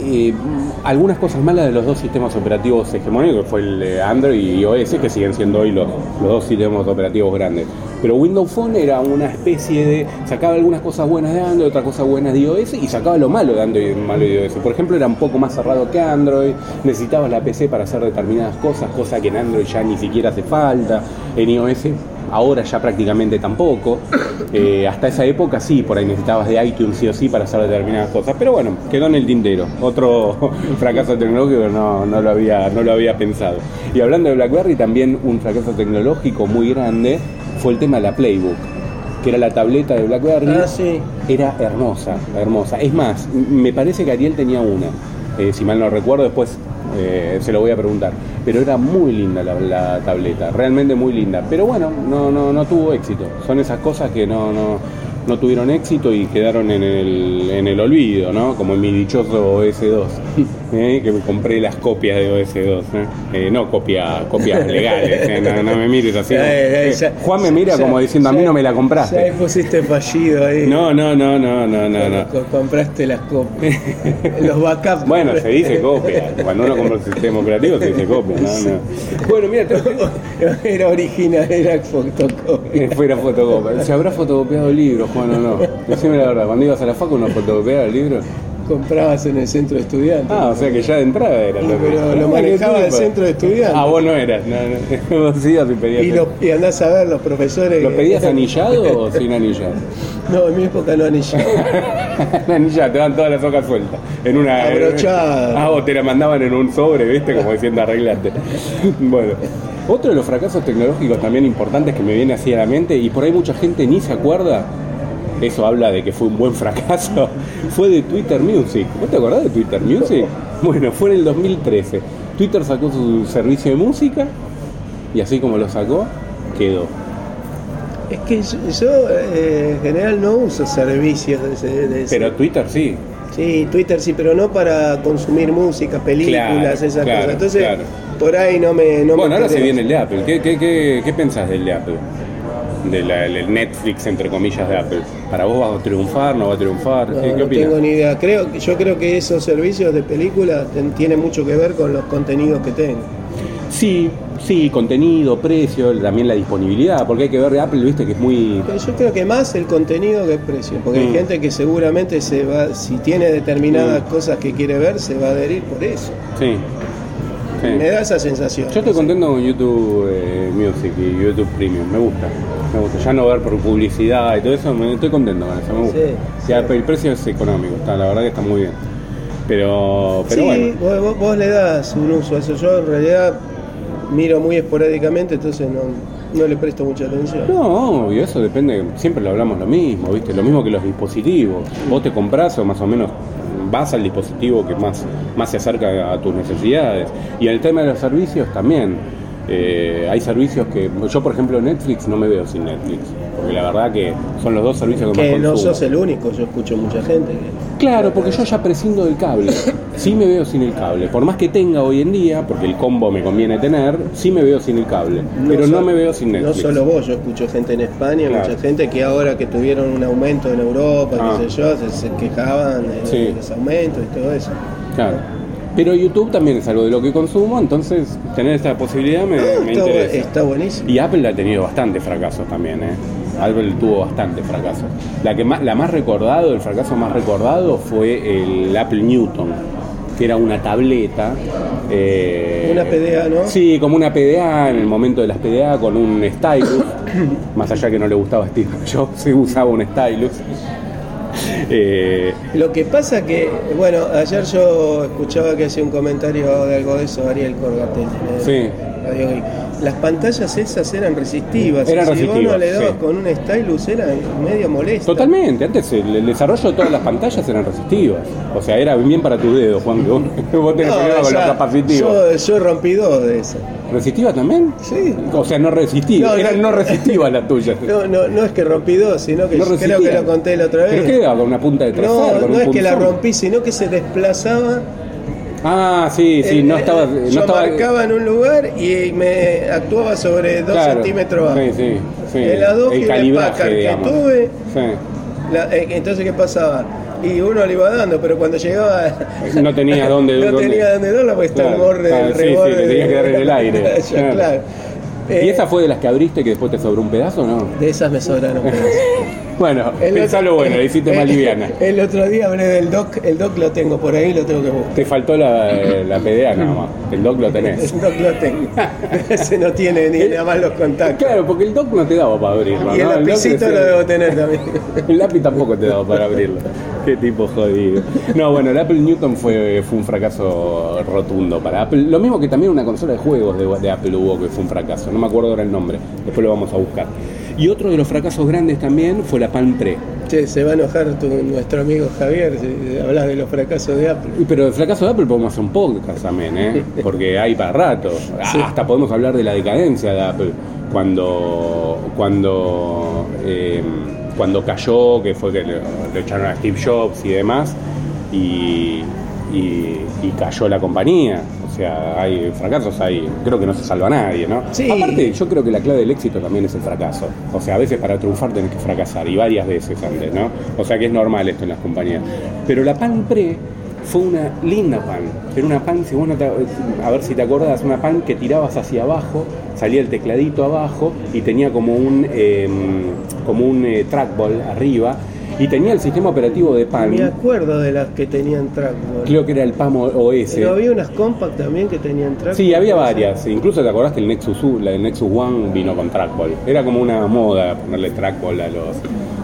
[SPEAKER 1] eh, algunas cosas malas de los dos sistemas operativos hegemónicos, que fue el eh, Android y iOS, que siguen siendo hoy los, los dos sistemas operativos grandes. Pero Windows Phone era una especie de... sacaba algunas cosas buenas de Android, otras cosas buenas de iOS y sacaba lo malo de Android y malo de iOS. Por ejemplo, era un poco más cerrado que Android, necesitabas la PC para hacer determinadas cosas, cosa que en Android ya ni siquiera hace falta, en iOS Ahora ya prácticamente tampoco. Eh, hasta esa época sí, por ahí necesitabas de iTunes sí o sí para hacer determinadas cosas. Pero bueno, quedó en el tintero. Otro fracaso tecnológico que no, no, lo había, no lo había pensado. Y hablando de BlackBerry, también un fracaso tecnológico muy grande fue el tema de la Playbook, que era la tableta de BlackBerry.
[SPEAKER 2] Ah, sí.
[SPEAKER 1] Era hermosa, hermosa. Es más, m- me parece que Ariel tenía una, eh, si mal no recuerdo, después eh, se lo voy a preguntar. Pero era muy linda la, la tableta, realmente muy linda. Pero bueno, no, no, no tuvo éxito. Son esas cosas que no, no, no tuvieron éxito y quedaron en el, en el olvido, ¿no? Como en mi dichoso OS2, ¿eh? que me compré las copias de OS2. ¿eh? Eh, no copia, copias legales, ¿eh? no, no me mires así.
[SPEAKER 2] Eh, eh, ya-
[SPEAKER 1] Juan me mira
[SPEAKER 2] ya-
[SPEAKER 1] como diciendo, a
[SPEAKER 2] ya-
[SPEAKER 1] mí no me la
[SPEAKER 2] Ya ahí
[SPEAKER 1] compraste.
[SPEAKER 2] pusiste fallido ahí.
[SPEAKER 1] No, no, no, no, no, no, no.
[SPEAKER 2] Co- Compraste las copias. Los backups.
[SPEAKER 1] Bueno, se dice copia. Cuando uno compra un sistema operativo se dice copia, ¿no? no. Bueno, mira, te-
[SPEAKER 2] Era original, era fotocopia.
[SPEAKER 1] Eh, Fuera fotocopia. ¿Se habrá fotocopiado el libro, Juan, o no? Decime la verdad, cuando ibas a la facu no fotocopiaba el libro.
[SPEAKER 2] Comprabas en el centro de estudiantes.
[SPEAKER 1] Ah, o sea que ya de entrada era todo.
[SPEAKER 2] Pero lo
[SPEAKER 1] Ah,
[SPEAKER 2] manejaba
[SPEAKER 1] qué
[SPEAKER 2] el
[SPEAKER 1] tipo.
[SPEAKER 2] centro de estudiantes.
[SPEAKER 1] Ah, vos no eras, no, no. Vos ibas y pedías.
[SPEAKER 2] y, los- y andás a ver los profesores.
[SPEAKER 1] ¿Lo
[SPEAKER 2] que-
[SPEAKER 1] pedías anillado o sin anillar?
[SPEAKER 2] No, en mi época no anillaba.
[SPEAKER 1] anillado, te dan todas las hojas sueltas. En una.
[SPEAKER 2] Abrochada.
[SPEAKER 1] Ah, o te la mandaban en un sobre, viste, como diciendo arreglate. bueno. Otro de los fracasos tecnológicos también importantes que me viene así a la mente, y por ahí mucha gente ni se acuerda, eso habla de que fue un buen fracaso, fue de Twitter Music. ¿Vos te acordás de Twitter Music? Bueno, fue en el 2013. Twitter sacó su servicio de música y así como lo sacó, quedó.
[SPEAKER 2] es que yo, yo, eh, en general no uso servicios de ese. de ese-
[SPEAKER 1] Pero Twitter sí.
[SPEAKER 2] Sí, Twitter sí, pero no para consumir música, películas,
[SPEAKER 1] Claro,
[SPEAKER 2] esas
[SPEAKER 1] claro,
[SPEAKER 2] cosas. Entonces,
[SPEAKER 1] claro.
[SPEAKER 2] por ahí no me. No me
[SPEAKER 1] Bueno, ahora se
[SPEAKER 2] interesa.
[SPEAKER 1] viene el de Apple. ¿Qué, qué, qué, qué pensás del de Apple? Del del Netflix, entre comillas, de Apple. ¿Para vos va a triunfar? ¿No va a triunfar? ¿Qué,
[SPEAKER 2] No,
[SPEAKER 1] qué
[SPEAKER 2] no
[SPEAKER 1] opinás?
[SPEAKER 2] tengo ni idea. Creo, yo creo que esos servicios de película ten- tienen mucho que ver con los contenidos que tengo.
[SPEAKER 1] Sí, sí, contenido, precio, también la disponibilidad, porque hay que ver de Apple, viste, que es muy...
[SPEAKER 2] Pero yo creo que más el contenido que el precio, porque hay
[SPEAKER 1] Mm.
[SPEAKER 2] gente que seguramente se va, si tiene determinadas
[SPEAKER 1] Mm.
[SPEAKER 2] cosas que quiere ver, se va a adherir por eso.
[SPEAKER 1] Sí. sí.
[SPEAKER 2] Me da esa sensación.
[SPEAKER 1] Yo estoy contento con YouTube eh, Music y YouTube Premium, me gusta. Me gusta. Ya no ver por publicidad y todo eso, me, estoy contento con eso, me gusta.
[SPEAKER 2] Sí, sí.
[SPEAKER 1] Ya, El precio es económico, está, la verdad que está muy bien. Pero, pero
[SPEAKER 2] sí,
[SPEAKER 1] bueno.
[SPEAKER 2] vos, vos- vos le das un uso a eso. Yo en realidad miro muy esporádicamente, entonces no, no le presto mucha atención.
[SPEAKER 1] No, obvio, eso depende, siempre lo hablamos lo mismo, ¿viste? Lo mismo que los dispositivos. Vos te compras o más o menos vas al dispositivo que más, más se acerca a tus necesidades. Y el tema de los servicios también. Eh, hay servicios que. Yo, por ejemplo, Netflix no me veo sin Netflix. Porque la verdad que son los dos servicios que,
[SPEAKER 2] que
[SPEAKER 1] más
[SPEAKER 2] no
[SPEAKER 1] consumo.
[SPEAKER 2] sos el único, yo escucho mucha gente. que-
[SPEAKER 1] Claro, porque yo ya prescindo del cable. Sí me veo sin el cable. Por más que tenga hoy en día, porque el combo me conviene tener, sí me veo sin el cable. pero no
[SPEAKER 2] so-
[SPEAKER 1] me veo sin Netflix.
[SPEAKER 2] No solo vos, yo escucho gente en España,
[SPEAKER 1] Claro.
[SPEAKER 2] mucha gente que ahora que tuvieron un aumento en Europa,
[SPEAKER 1] Ah.
[SPEAKER 2] qué sé yo, se, se quejaban de,
[SPEAKER 1] Sí.
[SPEAKER 2] de los aumentos y todo eso.
[SPEAKER 1] Claro. Pero YouTube también es algo de lo que consumo, entonces tener esta posibilidad me, me
[SPEAKER 2] Ah, está, bu-
[SPEAKER 1] interesa.
[SPEAKER 2] está buenísimo.
[SPEAKER 1] Y Apple ha tenido bastantes fracasos también, ¿eh? Apple tuvo bastantes fracasos. La que más, la más recordado, el fracaso más recordado fue el Apple Newton, que era una tableta. eh,
[SPEAKER 2] Una PDA, ¿no?
[SPEAKER 1] Sí, como una PDA en el momento de las PDA con un stylus. más allá que no le gustaba Steve Jobs, se usaba un stylus. Eh,
[SPEAKER 2] Lo que pasa que, bueno, ayer yo escuchaba que hacía un comentario de algo de eso, Ariel Corgatelli. de
[SPEAKER 1] Sí.
[SPEAKER 2] Radio Geek. Las pantallas esas eran resistivas.
[SPEAKER 1] Eran
[SPEAKER 2] y si vos
[SPEAKER 1] resistivas,
[SPEAKER 2] no le dabas
[SPEAKER 1] sí.
[SPEAKER 2] con un stylus era medio molesto.
[SPEAKER 1] Totalmente, antes el, el desarrollo de todas las pantallas eran resistivas. O sea, era bien para tu dedo, Juan, que vos, vos tenés problema con los capacitivos.
[SPEAKER 2] yo, yo rompí dos de esas.
[SPEAKER 1] ¿Resistiva también?
[SPEAKER 2] Sí.
[SPEAKER 1] O sea, no resistiva,
[SPEAKER 2] No, no.
[SPEAKER 1] eran no resistivas las tuyas.
[SPEAKER 2] No, no, no es que rompí dos, sino que
[SPEAKER 1] No
[SPEAKER 2] creo que
[SPEAKER 1] resistían.
[SPEAKER 2] lo conté la otra
[SPEAKER 1] ¿Pero
[SPEAKER 2] vez.
[SPEAKER 1] qué daba? ¿Con una punta de trasero?
[SPEAKER 2] no,
[SPEAKER 1] ¿Con
[SPEAKER 2] no
[SPEAKER 1] un
[SPEAKER 2] es que la
[SPEAKER 1] punzón?
[SPEAKER 2] rompí, sino que se desplazaba
[SPEAKER 1] Ah, sí, sí,
[SPEAKER 2] Eh,
[SPEAKER 1] no
[SPEAKER 2] eh,
[SPEAKER 1] estaba.
[SPEAKER 2] yo
[SPEAKER 1] No estaba
[SPEAKER 2] marcaba en un lugar y me actuaba sobre dos
[SPEAKER 1] claro.
[SPEAKER 2] centímetros abajo.
[SPEAKER 1] Sí, sí, sí.
[SPEAKER 2] El adoquín de
[SPEAKER 1] calibraje,
[SPEAKER 2] Packard que
[SPEAKER 1] digamos.
[SPEAKER 2] tuve.
[SPEAKER 1] Sí.
[SPEAKER 2] La- eh, entonces, ¿qué pasaba? Y uno le iba dando, pero cuando llegaba.
[SPEAKER 1] No tenía dónde-
[SPEAKER 2] No
[SPEAKER 1] dónde-
[SPEAKER 2] tenía dónde darla porque está el
[SPEAKER 1] Claro,
[SPEAKER 2] borde
[SPEAKER 1] claro,
[SPEAKER 2] del
[SPEAKER 1] sí, sí,
[SPEAKER 2] reborde.
[SPEAKER 1] que tenía
[SPEAKER 2] de-
[SPEAKER 1] que dar en el aire,
[SPEAKER 2] pantalla,
[SPEAKER 1] claro.
[SPEAKER 2] claro.
[SPEAKER 1] ¿Y
[SPEAKER 2] Eh,
[SPEAKER 1] esa fue de las que abriste que después te sobró un pedazo o no?
[SPEAKER 2] De esas me sobraron. pedazos.
[SPEAKER 1] Bueno,
[SPEAKER 2] El
[SPEAKER 1] pensá
[SPEAKER 2] otro-
[SPEAKER 1] lo bueno, la hiciste más liviana.
[SPEAKER 2] El otro día hablé del doc, el doc lo tengo por ahí, lo tengo que buscar.
[SPEAKER 1] Te faltó la, la PDA nada más. El doc lo tenés.
[SPEAKER 2] El doc lo tengo. Ese no tiene ni nada más los contactos.
[SPEAKER 1] Claro, porque el doc no te daba para abrirlo.
[SPEAKER 2] Y el
[SPEAKER 1] ¿no? doc
[SPEAKER 2] lapicito
[SPEAKER 1] es-
[SPEAKER 2] lo debo tener también.
[SPEAKER 1] El lápiz tampoco te daba para abrirlo. Qué tipo jodido. No, bueno, el Apple Newton fue, fue un fracaso rotundo para Apple. Lo mismo que también una consola de juegos de, de Apple hubo que fue un fracaso. No me acuerdo ahora el nombre. Después lo vamos a buscar. Y otro de los fracasos grandes también fue la Palm Pre.
[SPEAKER 2] Che, se va a enojar tu- nuestro amigo Javier si hablas de los fracasos de Apple.
[SPEAKER 1] Pero el fracaso de Apple podemos hacer un podcast también, ¿eh? porque hay para rato.
[SPEAKER 2] Sí.
[SPEAKER 1] Hasta podemos hablar de la decadencia de Apple. Cuando, cuando, eh, cuando cayó, que fue que lo, lo echaron a Steve Jobs y demás, y, y- y cayó la compañía. O sea, hay fracasos ahí. Creo que no se salva nadie, ¿no?
[SPEAKER 2] Sí.
[SPEAKER 1] Aparte, yo creo que la clave del éxito también es el fracaso. O sea, a veces para triunfar tenés que fracasar y varias veces antes, ¿no? O sea que es normal esto en las compañías. Pero la pan pre fue una linda pan. Era una pan, si vos no te- a ver si te acordás, una pan que tirabas hacia abajo, salía el tecladito abajo y tenía como un, eh, como un eh, trackball arriba y tenía el sistema operativo de pan.
[SPEAKER 2] Me acuerdo de las que tenían trackball.
[SPEAKER 1] Creo que era el PAM OS.
[SPEAKER 2] Pero había unas compact también que tenían trackball.
[SPEAKER 1] Sí, había varias. Incluso te acordás que el Nexus, U- la del Nexus One vino con trackball. Era como una moda ponerle trackball a los,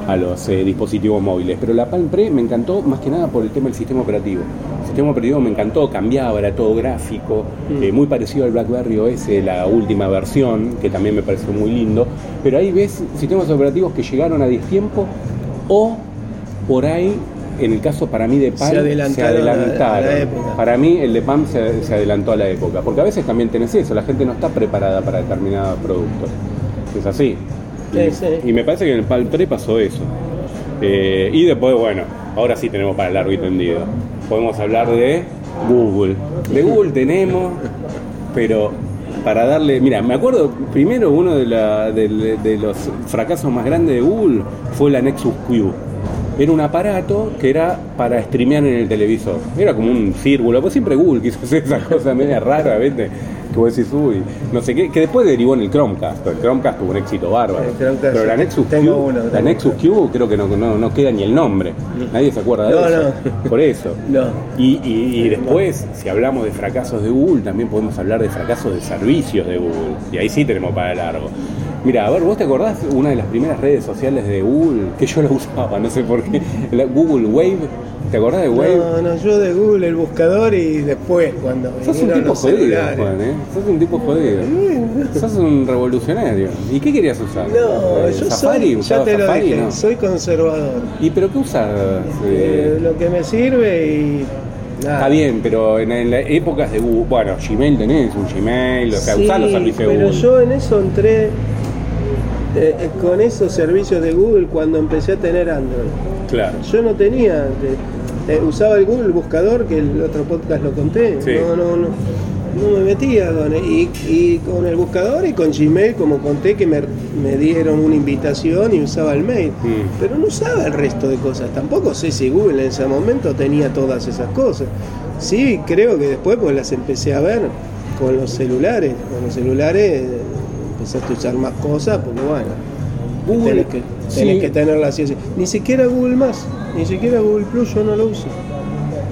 [SPEAKER 1] a los eh, dispositivos móviles. Pero la Palm Pre me encantó más que nada por el tema del sistema operativo. El sistema operativo me encantó, cambiaba, era todo gráfico,
[SPEAKER 2] Mm.
[SPEAKER 1] eh, muy parecido al BlackBerry OS, la última versión, que también me pareció muy lindo. Pero ahí ves sistemas operativos que llegaron a 10 tiempo o por ahí. En el caso para mí de Palm,
[SPEAKER 2] adelantaron a la- a la
[SPEAKER 1] adelantaron.
[SPEAKER 2] época.
[SPEAKER 1] Para mí el de PAM se, se adelantó a la época, porque a veces también tenés eso, la gente no está preparada para determinados productos. Es así.
[SPEAKER 2] Sí,
[SPEAKER 1] y,
[SPEAKER 2] sí.
[SPEAKER 1] y me parece que en el PAL 3 pasó eso. Eh, y después, bueno, ahora sí tenemos para largo y tendido. Podemos hablar de Google. De Google tenemos, pero para darle. Mira, me acuerdo primero uno de, la- del- de los fracasos más grandes de Google fue la Nexus Q. Era un aparato que era para streamear en el televisor. Era como un círculo, pues siempre Google quiso hacer esa cosa media rara, ¿viste? Que vos decís, uy, no sé qué, que después derivó en el Chromecast. El Chromecast tuvo un éxito bárbaro.
[SPEAKER 2] El Chromecast,
[SPEAKER 1] Pero la
[SPEAKER 2] sí.
[SPEAKER 1] Nexus
[SPEAKER 2] Este, Tengo
[SPEAKER 1] Q,
[SPEAKER 2] uno,
[SPEAKER 1] la
[SPEAKER 2] tengo
[SPEAKER 1] Nexus Q creo que no, no, no queda ni el nombre. Nadie se acuerda de
[SPEAKER 2] No,
[SPEAKER 1] eso. Por eso.
[SPEAKER 2] No.
[SPEAKER 1] Y, y- y después, si hablamos de fracasos de Google, también podemos hablar de fracasos de servicios de Google. Y ahí sí tenemos para largo. Mira, a ver, ¿vos te acordás una de las primeras redes sociales de Google que yo la usaba? No sé por qué. La Google Wave. ¿Te acordás de Wave?
[SPEAKER 2] No, no, yo de Google el buscador y después cuando
[SPEAKER 1] Sos un
[SPEAKER 2] vinieron
[SPEAKER 1] tipo
[SPEAKER 2] los
[SPEAKER 1] jodido,
[SPEAKER 2] celulares.
[SPEAKER 1] Juan, ¿eh? Sos un tipo jodido. Sos un revolucionario. ¿Y qué querías usar?
[SPEAKER 2] No,
[SPEAKER 1] Eh,
[SPEAKER 2] yo
[SPEAKER 1] Safari,
[SPEAKER 2] soy, ya
[SPEAKER 1] ¿Usabas
[SPEAKER 2] te lo
[SPEAKER 1] Safari?
[SPEAKER 2] dije,
[SPEAKER 1] No.
[SPEAKER 2] soy conservador.
[SPEAKER 1] ¿Y pero qué usabas?
[SPEAKER 2] Eh,
[SPEAKER 1] eh?
[SPEAKER 2] lo que me sirve y nada.
[SPEAKER 1] Está bien, pero en, en las épocas de Google, bueno, Gmail tenés un Gmail, o sea,
[SPEAKER 2] Sí,
[SPEAKER 1] usás los servicios de
[SPEAKER 2] pero
[SPEAKER 1] Google.
[SPEAKER 2] yo en eso entré eh, eh, con esos servicios de Google cuando empecé a tener Android.
[SPEAKER 1] Claro.
[SPEAKER 2] Yo no tenía, eh, eh, usaba el Google buscador que el otro podcast lo conté.
[SPEAKER 1] Sí.
[SPEAKER 2] No, no, no. No me metía con y, y con el buscador y con Gmail, como conté que me, me dieron una invitación y usaba el mail.
[SPEAKER 1] Mm.
[SPEAKER 2] Pero no usaba el resto de cosas. Tampoco sé si Google en ese momento tenía todas esas cosas. Sí, creo que después pues las empecé a ver con los celulares. Con los celulares eh, empezaste a usar más cosas, porque bueno. Tenés que, tenés
[SPEAKER 1] sí.
[SPEAKER 2] que tener la ciencia. Ni siquiera Google Más, ni siquiera Google Plus yo no lo uso.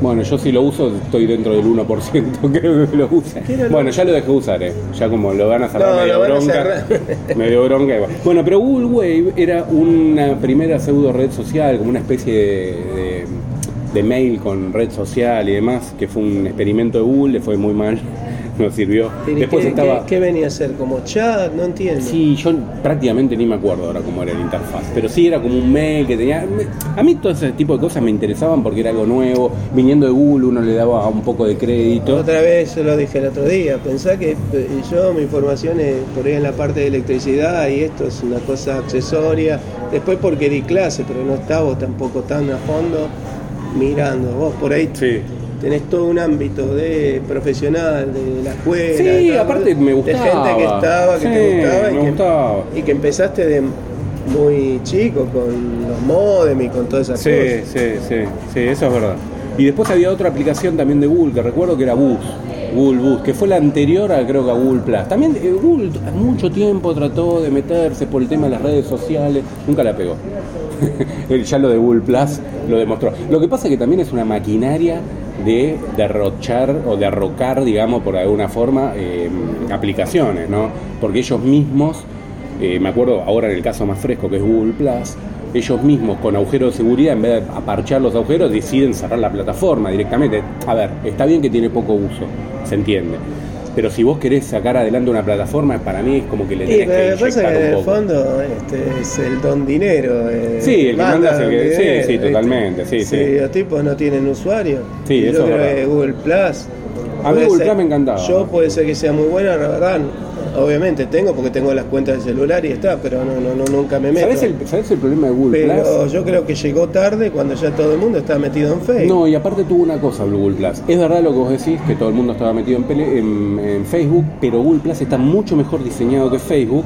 [SPEAKER 1] Bueno, yo si lo uso estoy dentro del 1%, creo que lo usa.
[SPEAKER 2] ¿Qué era lo-
[SPEAKER 1] Bueno, ya lo dejé usar, eh. ya como lo van a cerrar
[SPEAKER 2] No,
[SPEAKER 1] medio
[SPEAKER 2] lo van a
[SPEAKER 1] bronca.
[SPEAKER 2] cerrar.
[SPEAKER 1] medio bronca. igual. Bueno, pero Google Wave era una primera pseudo red social, como una especie de, de- de mail con red social y demás, que fue un experimento de Google, le fue muy mal, no sirvió.
[SPEAKER 2] Pero ¿y
[SPEAKER 1] Después
[SPEAKER 2] qué,
[SPEAKER 1] estaba...
[SPEAKER 2] qué- qué venía a ser? ¿Como chat? No entiendo.
[SPEAKER 1] Sí, yo prácticamente ni me acuerdo ahora cómo era la interfaz, pero sí era como un mail que tenía... me- A mí todo ese tipo de cosas me interesaban porque era algo nuevo, viniendo de Google uno le daba un poco de crédito.
[SPEAKER 2] Otra vez, yo lo dije el otro día, pensá que eh, yo mi formación es por ahí en la parte de electricidad y esto es una cosa accesoria. Después porque di clase, pero no estaba tampoco tan a fondo mirando. Vos por ahí
[SPEAKER 1] Sí.
[SPEAKER 2] tenés todo un ámbito de profesional, de la escuela.
[SPEAKER 1] Sí,
[SPEAKER 2] de todo,
[SPEAKER 1] aparte me gustaba.
[SPEAKER 2] De gente que estaba, que
[SPEAKER 1] Sí,
[SPEAKER 2] te gustaba. y
[SPEAKER 1] me
[SPEAKER 2] que-
[SPEAKER 1] gustaba.
[SPEAKER 2] Y que empezaste de muy chico con los modem y con todas esas
[SPEAKER 1] Sí,
[SPEAKER 2] cosas.
[SPEAKER 1] sí, sí, sí, eso es verdad. Y después había otra aplicación también de Google que recuerdo que era Bus, Google Bus, que fue la anterior a creo que a Google Plus. También eh, Google t- mucho tiempo trató de meterse por el tema de las redes sociales, nunca la pegó. Él ya lo de Google Plus lo demostró. Lo que pasa es que también es una maquinaria de derrochar o derrocar, digamos, por alguna forma, eh, aplicaciones, ¿no? Porque ellos mismos eh, me acuerdo ahora en el caso más fresco que es Google Plus, ellos mismos con agujeros de seguridad, en vez de aparchar los agujeros, deciden cerrar la plataforma directamente. A ver, está bien que tiene poco uso, se entiende. Pero si vos querés sacar adelante una plataforma, para mí es como que le
[SPEAKER 2] Y
[SPEAKER 1] tenés
[SPEAKER 2] pero me
[SPEAKER 1] que
[SPEAKER 2] pasa
[SPEAKER 1] inyectar
[SPEAKER 2] que en
[SPEAKER 1] un
[SPEAKER 2] el
[SPEAKER 1] poco.
[SPEAKER 2] fondo este, es el don dinero. eh,
[SPEAKER 1] Sí, el que manda es el que-
[SPEAKER 2] don
[SPEAKER 1] sí, sí,
[SPEAKER 2] ¿viste?
[SPEAKER 1] totalmente, sí,
[SPEAKER 2] Si
[SPEAKER 1] sí.
[SPEAKER 2] los tipos no tienen usuario.
[SPEAKER 1] Sí,
[SPEAKER 2] y
[SPEAKER 1] eso
[SPEAKER 2] yo
[SPEAKER 1] es
[SPEAKER 2] creo
[SPEAKER 1] verdad.
[SPEAKER 2] que Google Plus.
[SPEAKER 1] A mí
[SPEAKER 2] puede
[SPEAKER 1] Google
[SPEAKER 2] ser-
[SPEAKER 1] Plus me encantaba.
[SPEAKER 2] Yo puede ser que sea muy buena, la verdad. Obviamente tengo porque tengo las cuentas del celular y está, pero no, no, no nunca me meto.
[SPEAKER 1] ¿Sabés el, sabés el problema de Google
[SPEAKER 2] Pero
[SPEAKER 1] Plus?
[SPEAKER 2] yo creo que llegó tarde cuando ya todo el mundo estaba metido en Facebook.
[SPEAKER 1] No, y aparte tuvo una cosa Google Plus. Es verdad lo que vos decís, que todo el mundo estaba metido en, pele- en- en Facebook, pero Google Plus está mucho mejor diseñado que Facebook.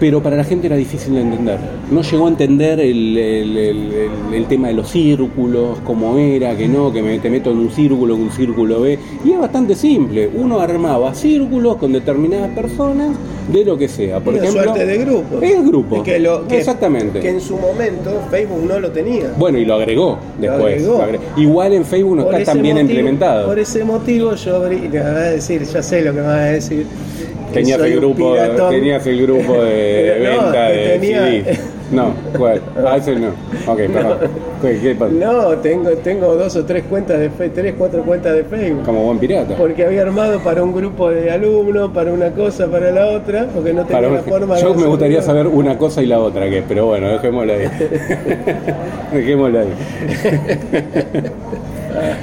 [SPEAKER 1] Pero para la gente era difícil de entender. No llegó a entender el, el- el- el- el tema de los círculos, cómo era, que no, que me- te meto en un círculo, en un círculo B. Y es bastante simple. Uno armaba círculos con determinadas personas de lo que sea. Por
[SPEAKER 2] Una
[SPEAKER 1] ejemplo,
[SPEAKER 2] suerte de grupo.
[SPEAKER 1] Es grupo.
[SPEAKER 2] Que lo- que-
[SPEAKER 1] Exactamente.
[SPEAKER 2] Que en su momento Facebook no lo tenía.
[SPEAKER 1] Bueno, y lo agregó
[SPEAKER 2] Lo
[SPEAKER 1] después.
[SPEAKER 2] agregó.
[SPEAKER 1] Lo agre- Igual en Facebook no está
[SPEAKER 2] ese
[SPEAKER 1] tan bien
[SPEAKER 2] motivo-
[SPEAKER 1] implementado.
[SPEAKER 2] Por ese motivo yo abrí, le voy a decir, ya sé lo que me vas a decir. que
[SPEAKER 1] Tenías
[SPEAKER 2] soy
[SPEAKER 1] el,
[SPEAKER 2] un
[SPEAKER 1] grupo,
[SPEAKER 2] piratón.
[SPEAKER 1] tenías el grupo de
[SPEAKER 2] Pero no,
[SPEAKER 1] venta
[SPEAKER 2] que
[SPEAKER 1] de
[SPEAKER 2] tenía-
[SPEAKER 1] CDs. No, ¿cuál? Ah, ese no. Ok, perdón. ¿Qué, qué pasa?
[SPEAKER 2] No, tengo, tengo dos o tres cuentas de Facebook, tres, cuatro cuentas de Facebook.
[SPEAKER 1] Como buen pirata.
[SPEAKER 2] Porque había armado para un grupo de alumnos, para una cosa, para la otra, porque no tenía
[SPEAKER 1] Para-
[SPEAKER 2] la forma de
[SPEAKER 1] yo me
[SPEAKER 2] hacerlo.
[SPEAKER 1] gustaría saber una cosa y la otra, que, pero bueno, dejémoslo ahí. dejémoslo ahí.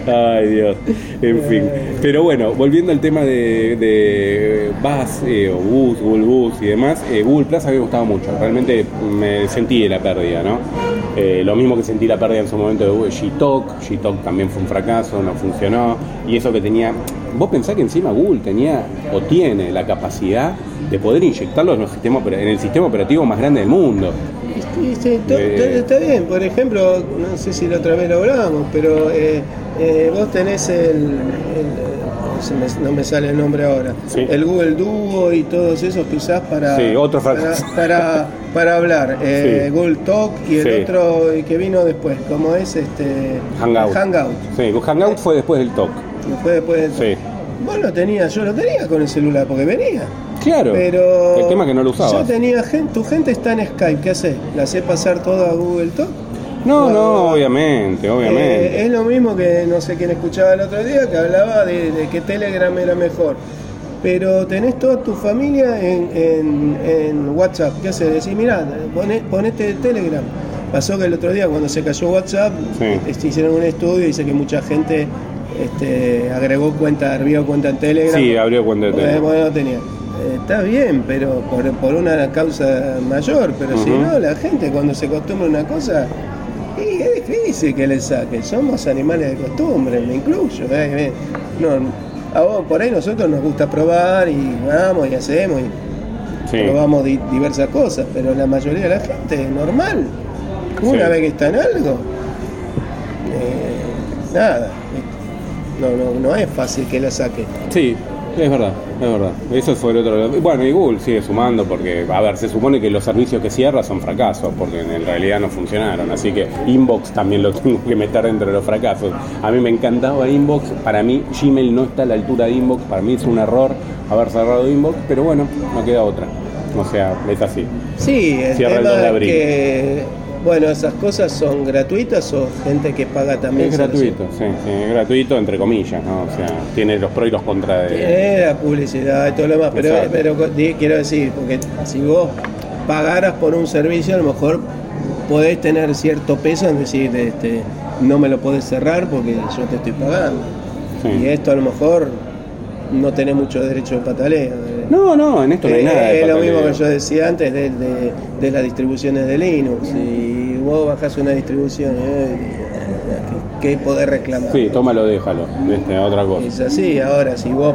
[SPEAKER 1] Ay, Dios. En fin. Pero bueno, volviendo al tema de, de Buzz, eh, o Bus, Google Bus y demás, eh, Google Plus a mí me gustaba mucho. Realmente me sentí la pérdida, ¿no? Eh, lo mismo que sentí la pérdida en su momento de Google G-Talk. G-Talk también fue un fracaso, no funcionó. Y eso que tenía. Vos pensás que encima Google tenía o tiene la capacidad de poder inyectarlo en, los sistemas opera- en el sistema operativo más grande del mundo.
[SPEAKER 2] Sí, sí, to-
[SPEAKER 1] Eh.
[SPEAKER 2] to- está bien, por ejemplo, no sé si la otra vez lo hablamos, pero eh, eh, vos tenés el, el- se me- no me sale el nombre ahora,
[SPEAKER 1] Sí.
[SPEAKER 2] el Google Duo y todos esos quizás para
[SPEAKER 1] Sí, otro
[SPEAKER 2] para,
[SPEAKER 1] fracaso.
[SPEAKER 2] para, para hablar, eh,
[SPEAKER 1] Sí.
[SPEAKER 2] Google Talk y el
[SPEAKER 1] Sí.
[SPEAKER 2] otro que vino después, como es este
[SPEAKER 1] Hangout.
[SPEAKER 2] Hangout,
[SPEAKER 1] Sí, Hangout fue después del Talk.
[SPEAKER 2] que fue después del
[SPEAKER 1] Sí.
[SPEAKER 2] Vos lo tenías, yo lo tenía con el celular porque venía.
[SPEAKER 1] Claro.
[SPEAKER 2] Pero
[SPEAKER 1] el tema es que no lo usabas.
[SPEAKER 2] Yo tenía gente, tu gente está en Skype, ¿qué haces? ¿La haces pasar todo a Google Talk?
[SPEAKER 1] No, no,
[SPEAKER 2] Bueno,
[SPEAKER 1] obviamente,
[SPEAKER 2] Eh,
[SPEAKER 1] obviamente.
[SPEAKER 2] es lo mismo que no sé quién escuchaba el otro día que hablaba de, de que Telegram era mejor. Pero tenés toda tu familia en, en- en WhatsApp. ¿Qué haces? Decís, mirá, poné- ponete Telegram. Pasó que el otro día cuando se cayó WhatsApp,
[SPEAKER 1] Sí.
[SPEAKER 2] este, hicieron un estudio y dice que mucha gente este, agregó cuenta, abrió cuenta en Telegram.
[SPEAKER 1] sí, abrió cuenta de
[SPEAKER 2] Porque,
[SPEAKER 1] Telegram.
[SPEAKER 2] bueno, no tenía. Eh, Está bien, pero por, por una causa mayor, pero si
[SPEAKER 1] Ujú.
[SPEAKER 2] no, la gente cuando se acostumbra a una cosa, y es difícil que le saque, somos animales de costumbre, me incluyo. eh, eh. No, a vos, por ahí nosotros nos gusta probar y vamos y hacemos y
[SPEAKER 1] Sí.
[SPEAKER 2] probamos di- diversas cosas, pero la mayoría de la gente es normal. Una
[SPEAKER 1] Sí.
[SPEAKER 2] vez que está en algo, eh, nada, no, no, no es fácil que la saque.
[SPEAKER 1] Sí, es verdad, es verdad. Eso fue el otro. Bueno, y Google sigue sumando porque, a ver, se supone que los servicios que cierra son fracasos, porque en realidad no funcionaron. Así que Inbox también lo tengo que meter dentro de los fracasos. A mí me encantaba Inbox, para mí Gmail no está a la altura de Inbox, para mí es un error haber cerrado Inbox, pero bueno, no queda otra. O sea, es así.
[SPEAKER 2] Sí, el
[SPEAKER 1] Cierra el
[SPEAKER 2] tema
[SPEAKER 1] 2 de
[SPEAKER 2] es
[SPEAKER 1] abril.
[SPEAKER 2] que, bueno, esas cosas son gratuitas o gente que paga también.
[SPEAKER 1] Es
[SPEAKER 2] se las-
[SPEAKER 1] gratuito, sí, sí, es gratuito entre comillas, ¿no? O sea, tiene los pros y los contras de...
[SPEAKER 2] Tiene la publicidad y todo lo demás, pero,
[SPEAKER 1] Eh. Exacto.
[SPEAKER 2] pero co- di- quiero decir, porque si vos pagaras por un servicio, a lo mejor podés tener cierto peso en decir, este, no me lo podés cerrar porque yo te estoy pagando.
[SPEAKER 1] Sí.
[SPEAKER 2] Y esto a lo mejor no tenés mucho derecho de patalea.
[SPEAKER 1] No, no, en esto no hay
[SPEAKER 2] Eh,
[SPEAKER 1] nada. de
[SPEAKER 2] es lo mismo que
[SPEAKER 1] pataleo.
[SPEAKER 2] yo decía antes de, de- de las distribuciones de Linux. Si vos bajás una distribución, eh, ¿qué, qué podés reclamar?
[SPEAKER 1] Sí, tómalo, déjalo. Este, otra cosa.
[SPEAKER 2] Es así, ahora si vos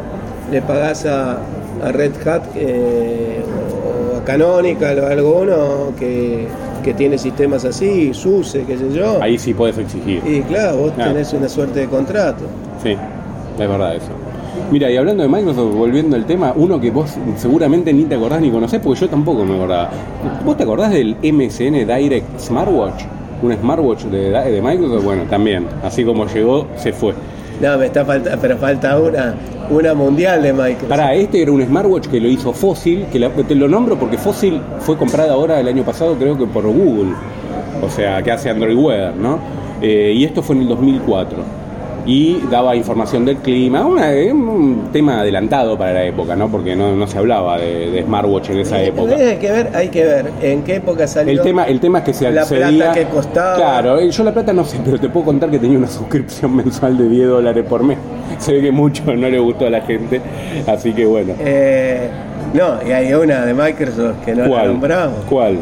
[SPEAKER 2] le pagás a, a Red Hat eh, o a Canonical o a alguno que, que tiene sistemas así, SUSE, qué sé yo,
[SPEAKER 1] Ahí sí puedes exigir.
[SPEAKER 2] y claro, vos
[SPEAKER 1] Ah.
[SPEAKER 2] tenés una suerte de contrato.
[SPEAKER 1] Sí, es verdad eso. Mira, y hablando de Microsoft, volviendo al tema, uno que vos seguramente ni te acordás ni conocés, porque yo tampoco me acordaba. ¿Vos te acordás del MSN Direct Smartwatch? Un smartwatch de, de Microsoft, bueno, también. Así como llegó, se fue.
[SPEAKER 2] No, me está falta, pero falta una, una mundial de Microsoft.
[SPEAKER 1] Pará, este era un smartwatch que lo hizo Fossil, que la- te lo nombro porque Fossil fue comprada ahora el año pasado, creo que por Google, o sea, que hace Android Weather, ¿no? Eh, y esto fue en el 2004. y daba información del clima, una- eh, un tema adelantado para la época, ¿no? Porque no, no se hablaba de, de smartwatch en
[SPEAKER 2] Eh,
[SPEAKER 1] esa época.
[SPEAKER 2] Hay que ver, hay que ver en qué época salió.
[SPEAKER 1] El tema, el tema es que se
[SPEAKER 2] La
[SPEAKER 1] accedía...
[SPEAKER 2] plata que costaba.
[SPEAKER 1] Claro, eh, yo la plata no sé, pero te puedo contar que tenía una suscripción mensual de 10 dólares por mes. Se ve que mucho no le gustó a la gente, así que bueno.
[SPEAKER 2] Eh, no, y hay una de Microsoft que no la
[SPEAKER 1] ¿Cuál?
[SPEAKER 2] nombramos.
[SPEAKER 1] ¿Cuál?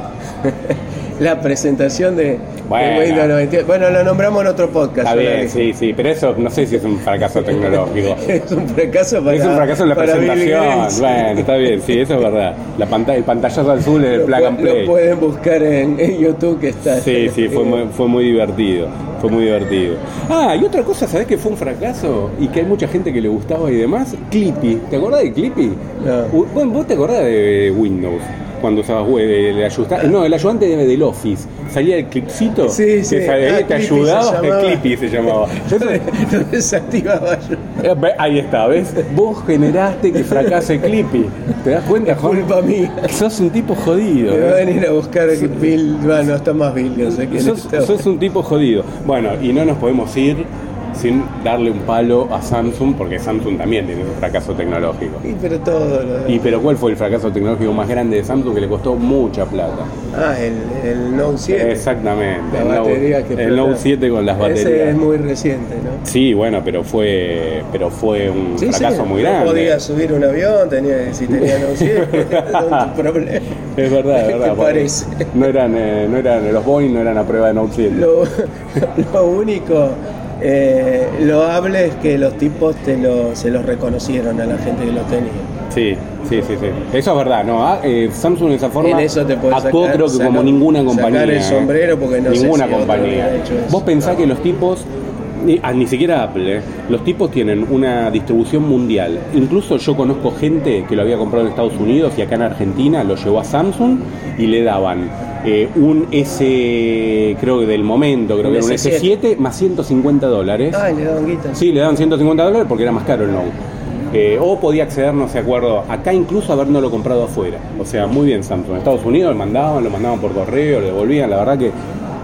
[SPEAKER 2] la presentación de, de
[SPEAKER 1] Bueno.
[SPEAKER 2] Windows 98. Bueno, lo nombramos en otro podcast.
[SPEAKER 1] Está
[SPEAKER 2] ahora
[SPEAKER 1] bien,
[SPEAKER 2] que-
[SPEAKER 1] sí, sí, pero eso no sé si es un fracaso tecnológico.
[SPEAKER 2] Es un fracaso para
[SPEAKER 1] es un fracaso en la
[SPEAKER 2] para Bill
[SPEAKER 1] presentación.
[SPEAKER 2] Gates.
[SPEAKER 1] Bueno, está bien, sí, eso es verdad. La pantalla, el pantallazo azul es el
[SPEAKER 2] Lo,
[SPEAKER 1] plug and
[SPEAKER 2] pu- lo
[SPEAKER 1] play.
[SPEAKER 2] pueden buscar en, en YouTube que está.
[SPEAKER 1] Sí, sí,
[SPEAKER 2] eh,
[SPEAKER 1] fue muy, fue muy divertido. Fue muy divertido. Ah, y otra cosa, ¿sabés que fue un fracaso? Y que hay mucha gente que le gustaba y demás. Clippy. ¿Te acordás de Clippy?
[SPEAKER 2] No.
[SPEAKER 1] U- ¿Vos, vos te acordás de Windows? Cuando usabas web, el ayuda- No, el ayudante de- del Office. Salía el clipcito.
[SPEAKER 2] Sí,
[SPEAKER 1] que
[SPEAKER 2] sí.
[SPEAKER 1] salía y
[SPEAKER 2] Ah,
[SPEAKER 1] te
[SPEAKER 2] Clippy se
[SPEAKER 1] ayudaba.
[SPEAKER 2] llamaba.
[SPEAKER 1] Clippy se llamaba. Eso-
[SPEAKER 2] Lo desactivaba yo.
[SPEAKER 1] Eh, ve- Ahí está, ¿ves? Vos generaste que fracase Clippy. ¿Te das cuenta, Juan?
[SPEAKER 2] Culpa mía.
[SPEAKER 1] Sos un tipo jodido.
[SPEAKER 2] Me
[SPEAKER 1] ¿eh?
[SPEAKER 2] va a venir a buscar Bill. Bueno, está más Bill, no sé quién
[SPEAKER 1] Sos,
[SPEAKER 2] está.
[SPEAKER 1] sos un tipo jodido. Bueno, y no nos podemos ir sin darle un palo a Samsung, porque Samsung también tiene un fracaso tecnológico.
[SPEAKER 2] Y pero todo lo de-
[SPEAKER 1] ¿Y pero cuál fue el fracaso tecnológico más grande de Samsung que le costó mucha plata?
[SPEAKER 2] Ah, el, el Note 7.
[SPEAKER 1] Exactamente.
[SPEAKER 2] La
[SPEAKER 1] el Note-
[SPEAKER 2] batería que
[SPEAKER 1] el
[SPEAKER 2] explotaba.
[SPEAKER 1] Note 7 con las baterías.
[SPEAKER 2] Ese es muy reciente, ¿no?
[SPEAKER 1] Sí, bueno, pero fue, pero fue un
[SPEAKER 2] Sí, sí,
[SPEAKER 1] fracaso muy grande.
[SPEAKER 2] No podía subir un avión, tenía, si tenía Note 7, era un problema.
[SPEAKER 1] Es verdad, es verdad.
[SPEAKER 2] ¿Qué te
[SPEAKER 1] porque
[SPEAKER 2] parece?
[SPEAKER 1] No eran, eh, no eran, los Boeing no eran a prueba de Note 7.
[SPEAKER 2] Lo, lo único eh, loable es que los tipos te lo, se los reconocieron a la gente que los tenía.
[SPEAKER 1] Sí, sí, sí, sí. Eso es verdad, ¿no? Ah, eh, Samsung de esa forma
[SPEAKER 2] En eso te podés
[SPEAKER 1] actuó
[SPEAKER 2] sacar-
[SPEAKER 1] creo que
[SPEAKER 2] sacar-
[SPEAKER 1] como ninguna compañía.
[SPEAKER 2] sacar el
[SPEAKER 1] ¿eh?
[SPEAKER 2] sombrero porque no sé
[SPEAKER 1] Ninguna
[SPEAKER 2] si otro
[SPEAKER 1] compañía.
[SPEAKER 2] hubiera hecho eso.
[SPEAKER 1] Vos pensás que los tipos, ni, ah, ni siquiera Apple, ¿eh? los tipos tienen una distribución mundial. Incluso yo conozco gente que lo había comprado en Estados Unidos y acá en Argentina lo llevó a Samsung y le daban eh, un S, creo que del momento, creo
[SPEAKER 2] Un Ah,
[SPEAKER 1] que era un
[SPEAKER 2] S7.
[SPEAKER 1] S7 más 150 dólares.
[SPEAKER 2] Ay, le daban guita.
[SPEAKER 1] Sí, le daban 150 dólares porque era más caro el Note. Eh, o podía acceder, no sé, acuerdo, acá incluso habernoslo comprado afuera. O sea, muy bien Samsung. En Estados Unidos lo mandaban, lo mandaban por correo, lo devolvían, la verdad que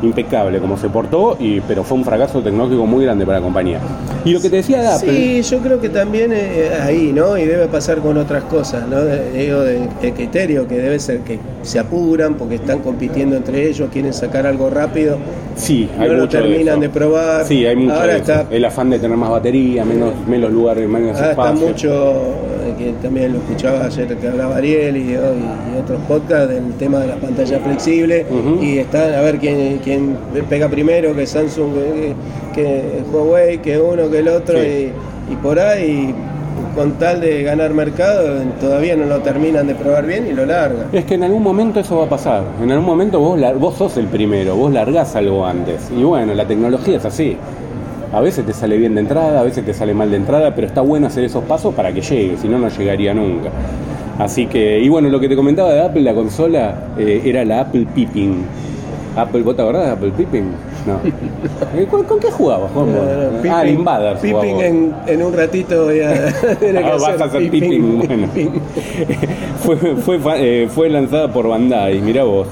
[SPEAKER 1] impecable como se portó, y, pero fue un fracaso tecnológico muy grande para la compañía. Y lo que te decía de Apple,
[SPEAKER 2] Sí, yo creo que también eh, ahí, ¿no? Y debe pasar con otras cosas, ¿no? De- Digo, de, de criterio, que debe ser que se apuran porque están compitiendo entre ellos, quieren sacar algo rápido,
[SPEAKER 1] sí, hay
[SPEAKER 2] no lo
[SPEAKER 1] mucho
[SPEAKER 2] terminan
[SPEAKER 1] eso.
[SPEAKER 2] de, probar.
[SPEAKER 1] Sí, hay mucho
[SPEAKER 2] Ahora
[SPEAKER 1] de eso.
[SPEAKER 2] está,
[SPEAKER 1] El afán de tener más batería, menos, menos lugares, menos
[SPEAKER 2] ahora Ah, está
[SPEAKER 1] espacio.
[SPEAKER 2] mucho, eh, que también lo escuchaba ayer que hablaba Ariel y, oh, y- y otros podcasts del tema de las pantallas flexibles
[SPEAKER 1] Ujú.
[SPEAKER 2] y están a ver quién, quién pega primero, que Samsung, eh, que, que Huawei, que uno, que el otro
[SPEAKER 1] Sí.
[SPEAKER 2] y, y por ahí con tal de ganar mercado todavía no lo terminan de probar bien y lo largan.
[SPEAKER 1] Es que en algún momento eso va a pasar. En algún momento vos, lar- vos sos el primero, vos largás algo antes. Y bueno, la tecnología es así. A veces te sale bien de entrada, a veces te sale mal de entrada, pero está bueno hacer esos pasos para que llegue, si no, no llegaría nunca. Así que, y bueno, lo que te comentaba de Apple, la consola, eh, era la Apple Pippin. Apple, ¿vos te acordás de Apple Pippin? No. Eh, ¿Con, con qué jugabas, Juan?
[SPEAKER 2] Eh,
[SPEAKER 1] vos? ah, el Invaders. jugabas
[SPEAKER 2] Pipping
[SPEAKER 1] vos.
[SPEAKER 2] en, en un ratito voy a tener que
[SPEAKER 1] Ah, vas a hacer pipping, bueno.
[SPEAKER 2] pipping.
[SPEAKER 1] fue, fue, fa- eh, fue lanzada por Bandai, mirá vos.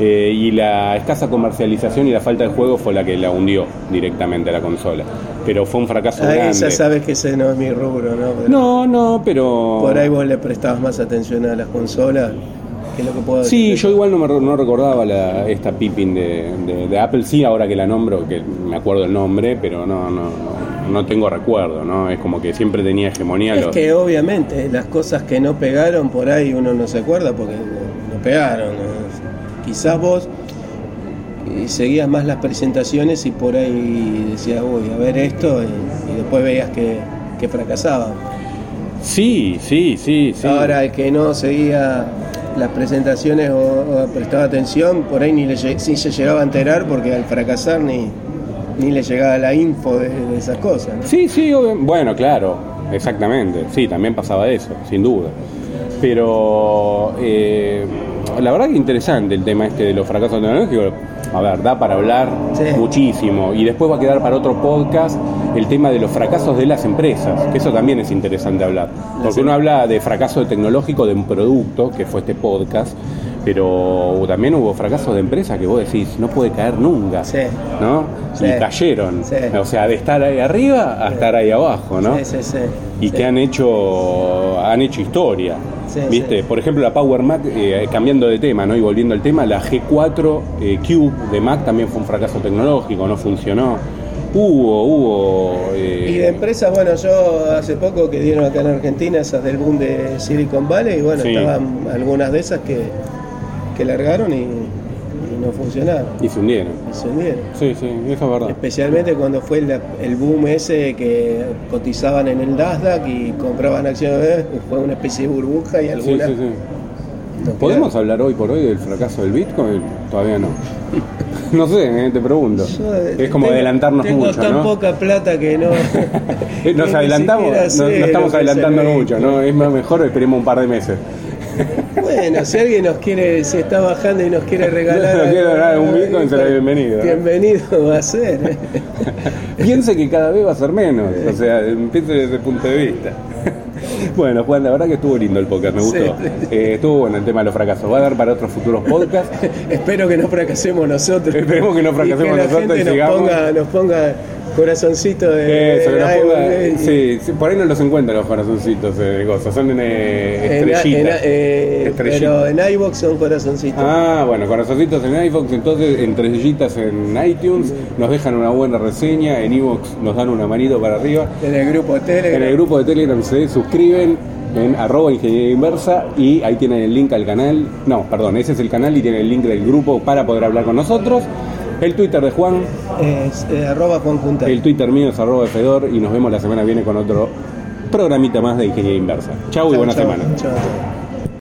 [SPEAKER 1] Eh, y la escasa comercialización y la falta de juego fue la que la hundió directamente a la consola. Pero fue un fracaso
[SPEAKER 2] Ahí ya
[SPEAKER 1] grande.
[SPEAKER 2] sabes que ese no es mi rubro, ¿no? Pero
[SPEAKER 1] No, no, pero.
[SPEAKER 2] Por ahí vos le prestabas más atención a las consolas que lo que puedo
[SPEAKER 1] Sí,
[SPEAKER 2] decir.
[SPEAKER 1] yo igual no, me, no recordaba la, esta Pippin de, de- de Apple. Sí, ahora que la nombro, que me acuerdo el nombre, pero no, no, no tengo recuerdo, ¿no? Es como que siempre tenía hegemonía.
[SPEAKER 2] Es
[SPEAKER 1] los-
[SPEAKER 2] que obviamente las cosas que no pegaron por ahí uno no se acuerda porque no no pegaron. ¿no? Quizás vos eh, seguías más las presentaciones y por ahí decías, uy, a ver esto, y, y después veías que, que fracasaban.
[SPEAKER 1] Sí, sí, sí, sí.
[SPEAKER 2] Ahora, el que no seguía las presentaciones o, o prestaba atención, por ahí ni le, lle- sí se llegaba a enterar porque al fracasar ni, ni le llegaba la info de, de esas cosas. ¿no?
[SPEAKER 1] Sí, sí, obvio. bueno, claro, exactamente. Sí, también pasaba eso, sin duda. Pero eh, la verdad que interesante el tema este de los fracasos tecnológicos. A ver, da para hablar
[SPEAKER 2] Sí.
[SPEAKER 1] muchísimo. Y después va a quedar para otro podcast el tema de los fracasos de las empresas, que eso también es interesante hablar. Porque uno habla de fracaso tecnológico de un producto, que fue este podcast, Pero también hubo fracasos de empresas que vos decís, no puede caer nunca.
[SPEAKER 2] Sí.
[SPEAKER 1] ¿No?
[SPEAKER 2] Sí.
[SPEAKER 1] Y cayeron.
[SPEAKER 2] Sí.
[SPEAKER 1] O sea, de estar ahí arriba a estar ahí abajo, ¿no?
[SPEAKER 2] Sí, sí, sí.
[SPEAKER 1] y que
[SPEAKER 2] Sí.
[SPEAKER 1] han hecho han hecho historia.
[SPEAKER 2] Sí,
[SPEAKER 1] ¿Viste?
[SPEAKER 2] sí.
[SPEAKER 1] Por ejemplo, la Power Mac, eh, cambiando de tema ¿no? y volviendo al tema, la G4 eh, Cube de Mac también fue un fracaso tecnológico, no funcionó. Hubo, hubo. eh,
[SPEAKER 2] Y de empresas, bueno, yo hace poco que dieron acá en Argentina esas del boom de Silicon Valley, y bueno,
[SPEAKER 1] Sí.
[SPEAKER 2] estaban algunas de esas que, que largaron y, y no funcionaron,
[SPEAKER 1] Y se hundieron.
[SPEAKER 2] y se hundieron.
[SPEAKER 1] Sí, sí, eso es verdad.
[SPEAKER 2] Especialmente cuando fue la- el boom ese que cotizaban en el Nasdaq y compraban acciones, fue una especie de burbuja y
[SPEAKER 1] Sí,
[SPEAKER 2] algunas.
[SPEAKER 1] sí, sí.
[SPEAKER 2] no
[SPEAKER 1] ¿Podemos
[SPEAKER 2] quedaron.
[SPEAKER 1] hablar hoy por hoy del fracaso del Bitcoin? Todavía no. No sé, eh, te pregunto.
[SPEAKER 2] Yo, eh,
[SPEAKER 1] es como
[SPEAKER 2] tengo-
[SPEAKER 1] adelantarnos
[SPEAKER 2] tengo
[SPEAKER 1] mucho,
[SPEAKER 2] tan
[SPEAKER 1] ¿no?
[SPEAKER 2] poca plata que no. que
[SPEAKER 1] Eh, Nos
[SPEAKER 2] ni
[SPEAKER 1] adelantamos,
[SPEAKER 2] siquiera
[SPEAKER 1] no,
[SPEAKER 2] sé
[SPEAKER 1] no
[SPEAKER 2] lo que
[SPEAKER 1] estamos
[SPEAKER 2] se
[SPEAKER 1] adelantando
[SPEAKER 2] ve.
[SPEAKER 1] mucho, ¿no? Es más mejor esperemos un par de meses.
[SPEAKER 2] Bueno, si alguien nos quiere, si está bajando y nos quiere regalar.
[SPEAKER 1] Nos quiere
[SPEAKER 2] algo,
[SPEAKER 1] regalar un Bitcoin, será bienvenido.
[SPEAKER 2] Bienvenido va a ser.
[SPEAKER 1] Piense que cada vez va a ser menos, o sea, empiece desde ese punto de vista. Bueno, Juan, la verdad que estuvo lindo el podcast, me gustó.
[SPEAKER 2] Sí.
[SPEAKER 1] Eh, estuvo bueno el tema de los fracasos. Va a dar para otros futuros podcasts. Eh,
[SPEAKER 2] Espero que no fracasemos nosotros.
[SPEAKER 1] Esperemos que no fracasemos
[SPEAKER 2] y que
[SPEAKER 1] nosotros
[SPEAKER 2] la
[SPEAKER 1] y
[SPEAKER 2] gente nos
[SPEAKER 1] sigamos.
[SPEAKER 2] ponga, nos ponga corazoncito de. ¿eh?
[SPEAKER 1] Eso, que nos
[SPEAKER 2] ay,
[SPEAKER 1] ponga-
[SPEAKER 2] volvé y-
[SPEAKER 1] sí, sí, por ahí no los encuentran los corazoncitos eh, de cosas, son eh,
[SPEAKER 2] En-
[SPEAKER 1] estrellitas.
[SPEAKER 2] en- eh,
[SPEAKER 1] Estrellitas.
[SPEAKER 2] Pero en iBox son corazoncitos.
[SPEAKER 1] Ah, bueno, corazoncitos en iVoox, entonces entre estrellitas en iTunes, nos dejan una buena reseña, en iVoox nos dan una manito para arriba.
[SPEAKER 2] En el grupo Telegram.
[SPEAKER 1] En el grupo de Telegram se suscriben en arroba ingeniería inversa y ahí tienen el link al canal. No, perdón, ese es el canal y tienen el link del grupo para poder hablar con nosotros. El Twitter de Juan,
[SPEAKER 2] Es, eh, arroba Juan Puntal.
[SPEAKER 1] el Twitter mío es arroba Fedor y nos vemos la semana que viene con otro programita más de ingeniería inversa. Chau y
[SPEAKER 2] Chau,
[SPEAKER 1] buena
[SPEAKER 2] chau,
[SPEAKER 1] semana.
[SPEAKER 2] chau.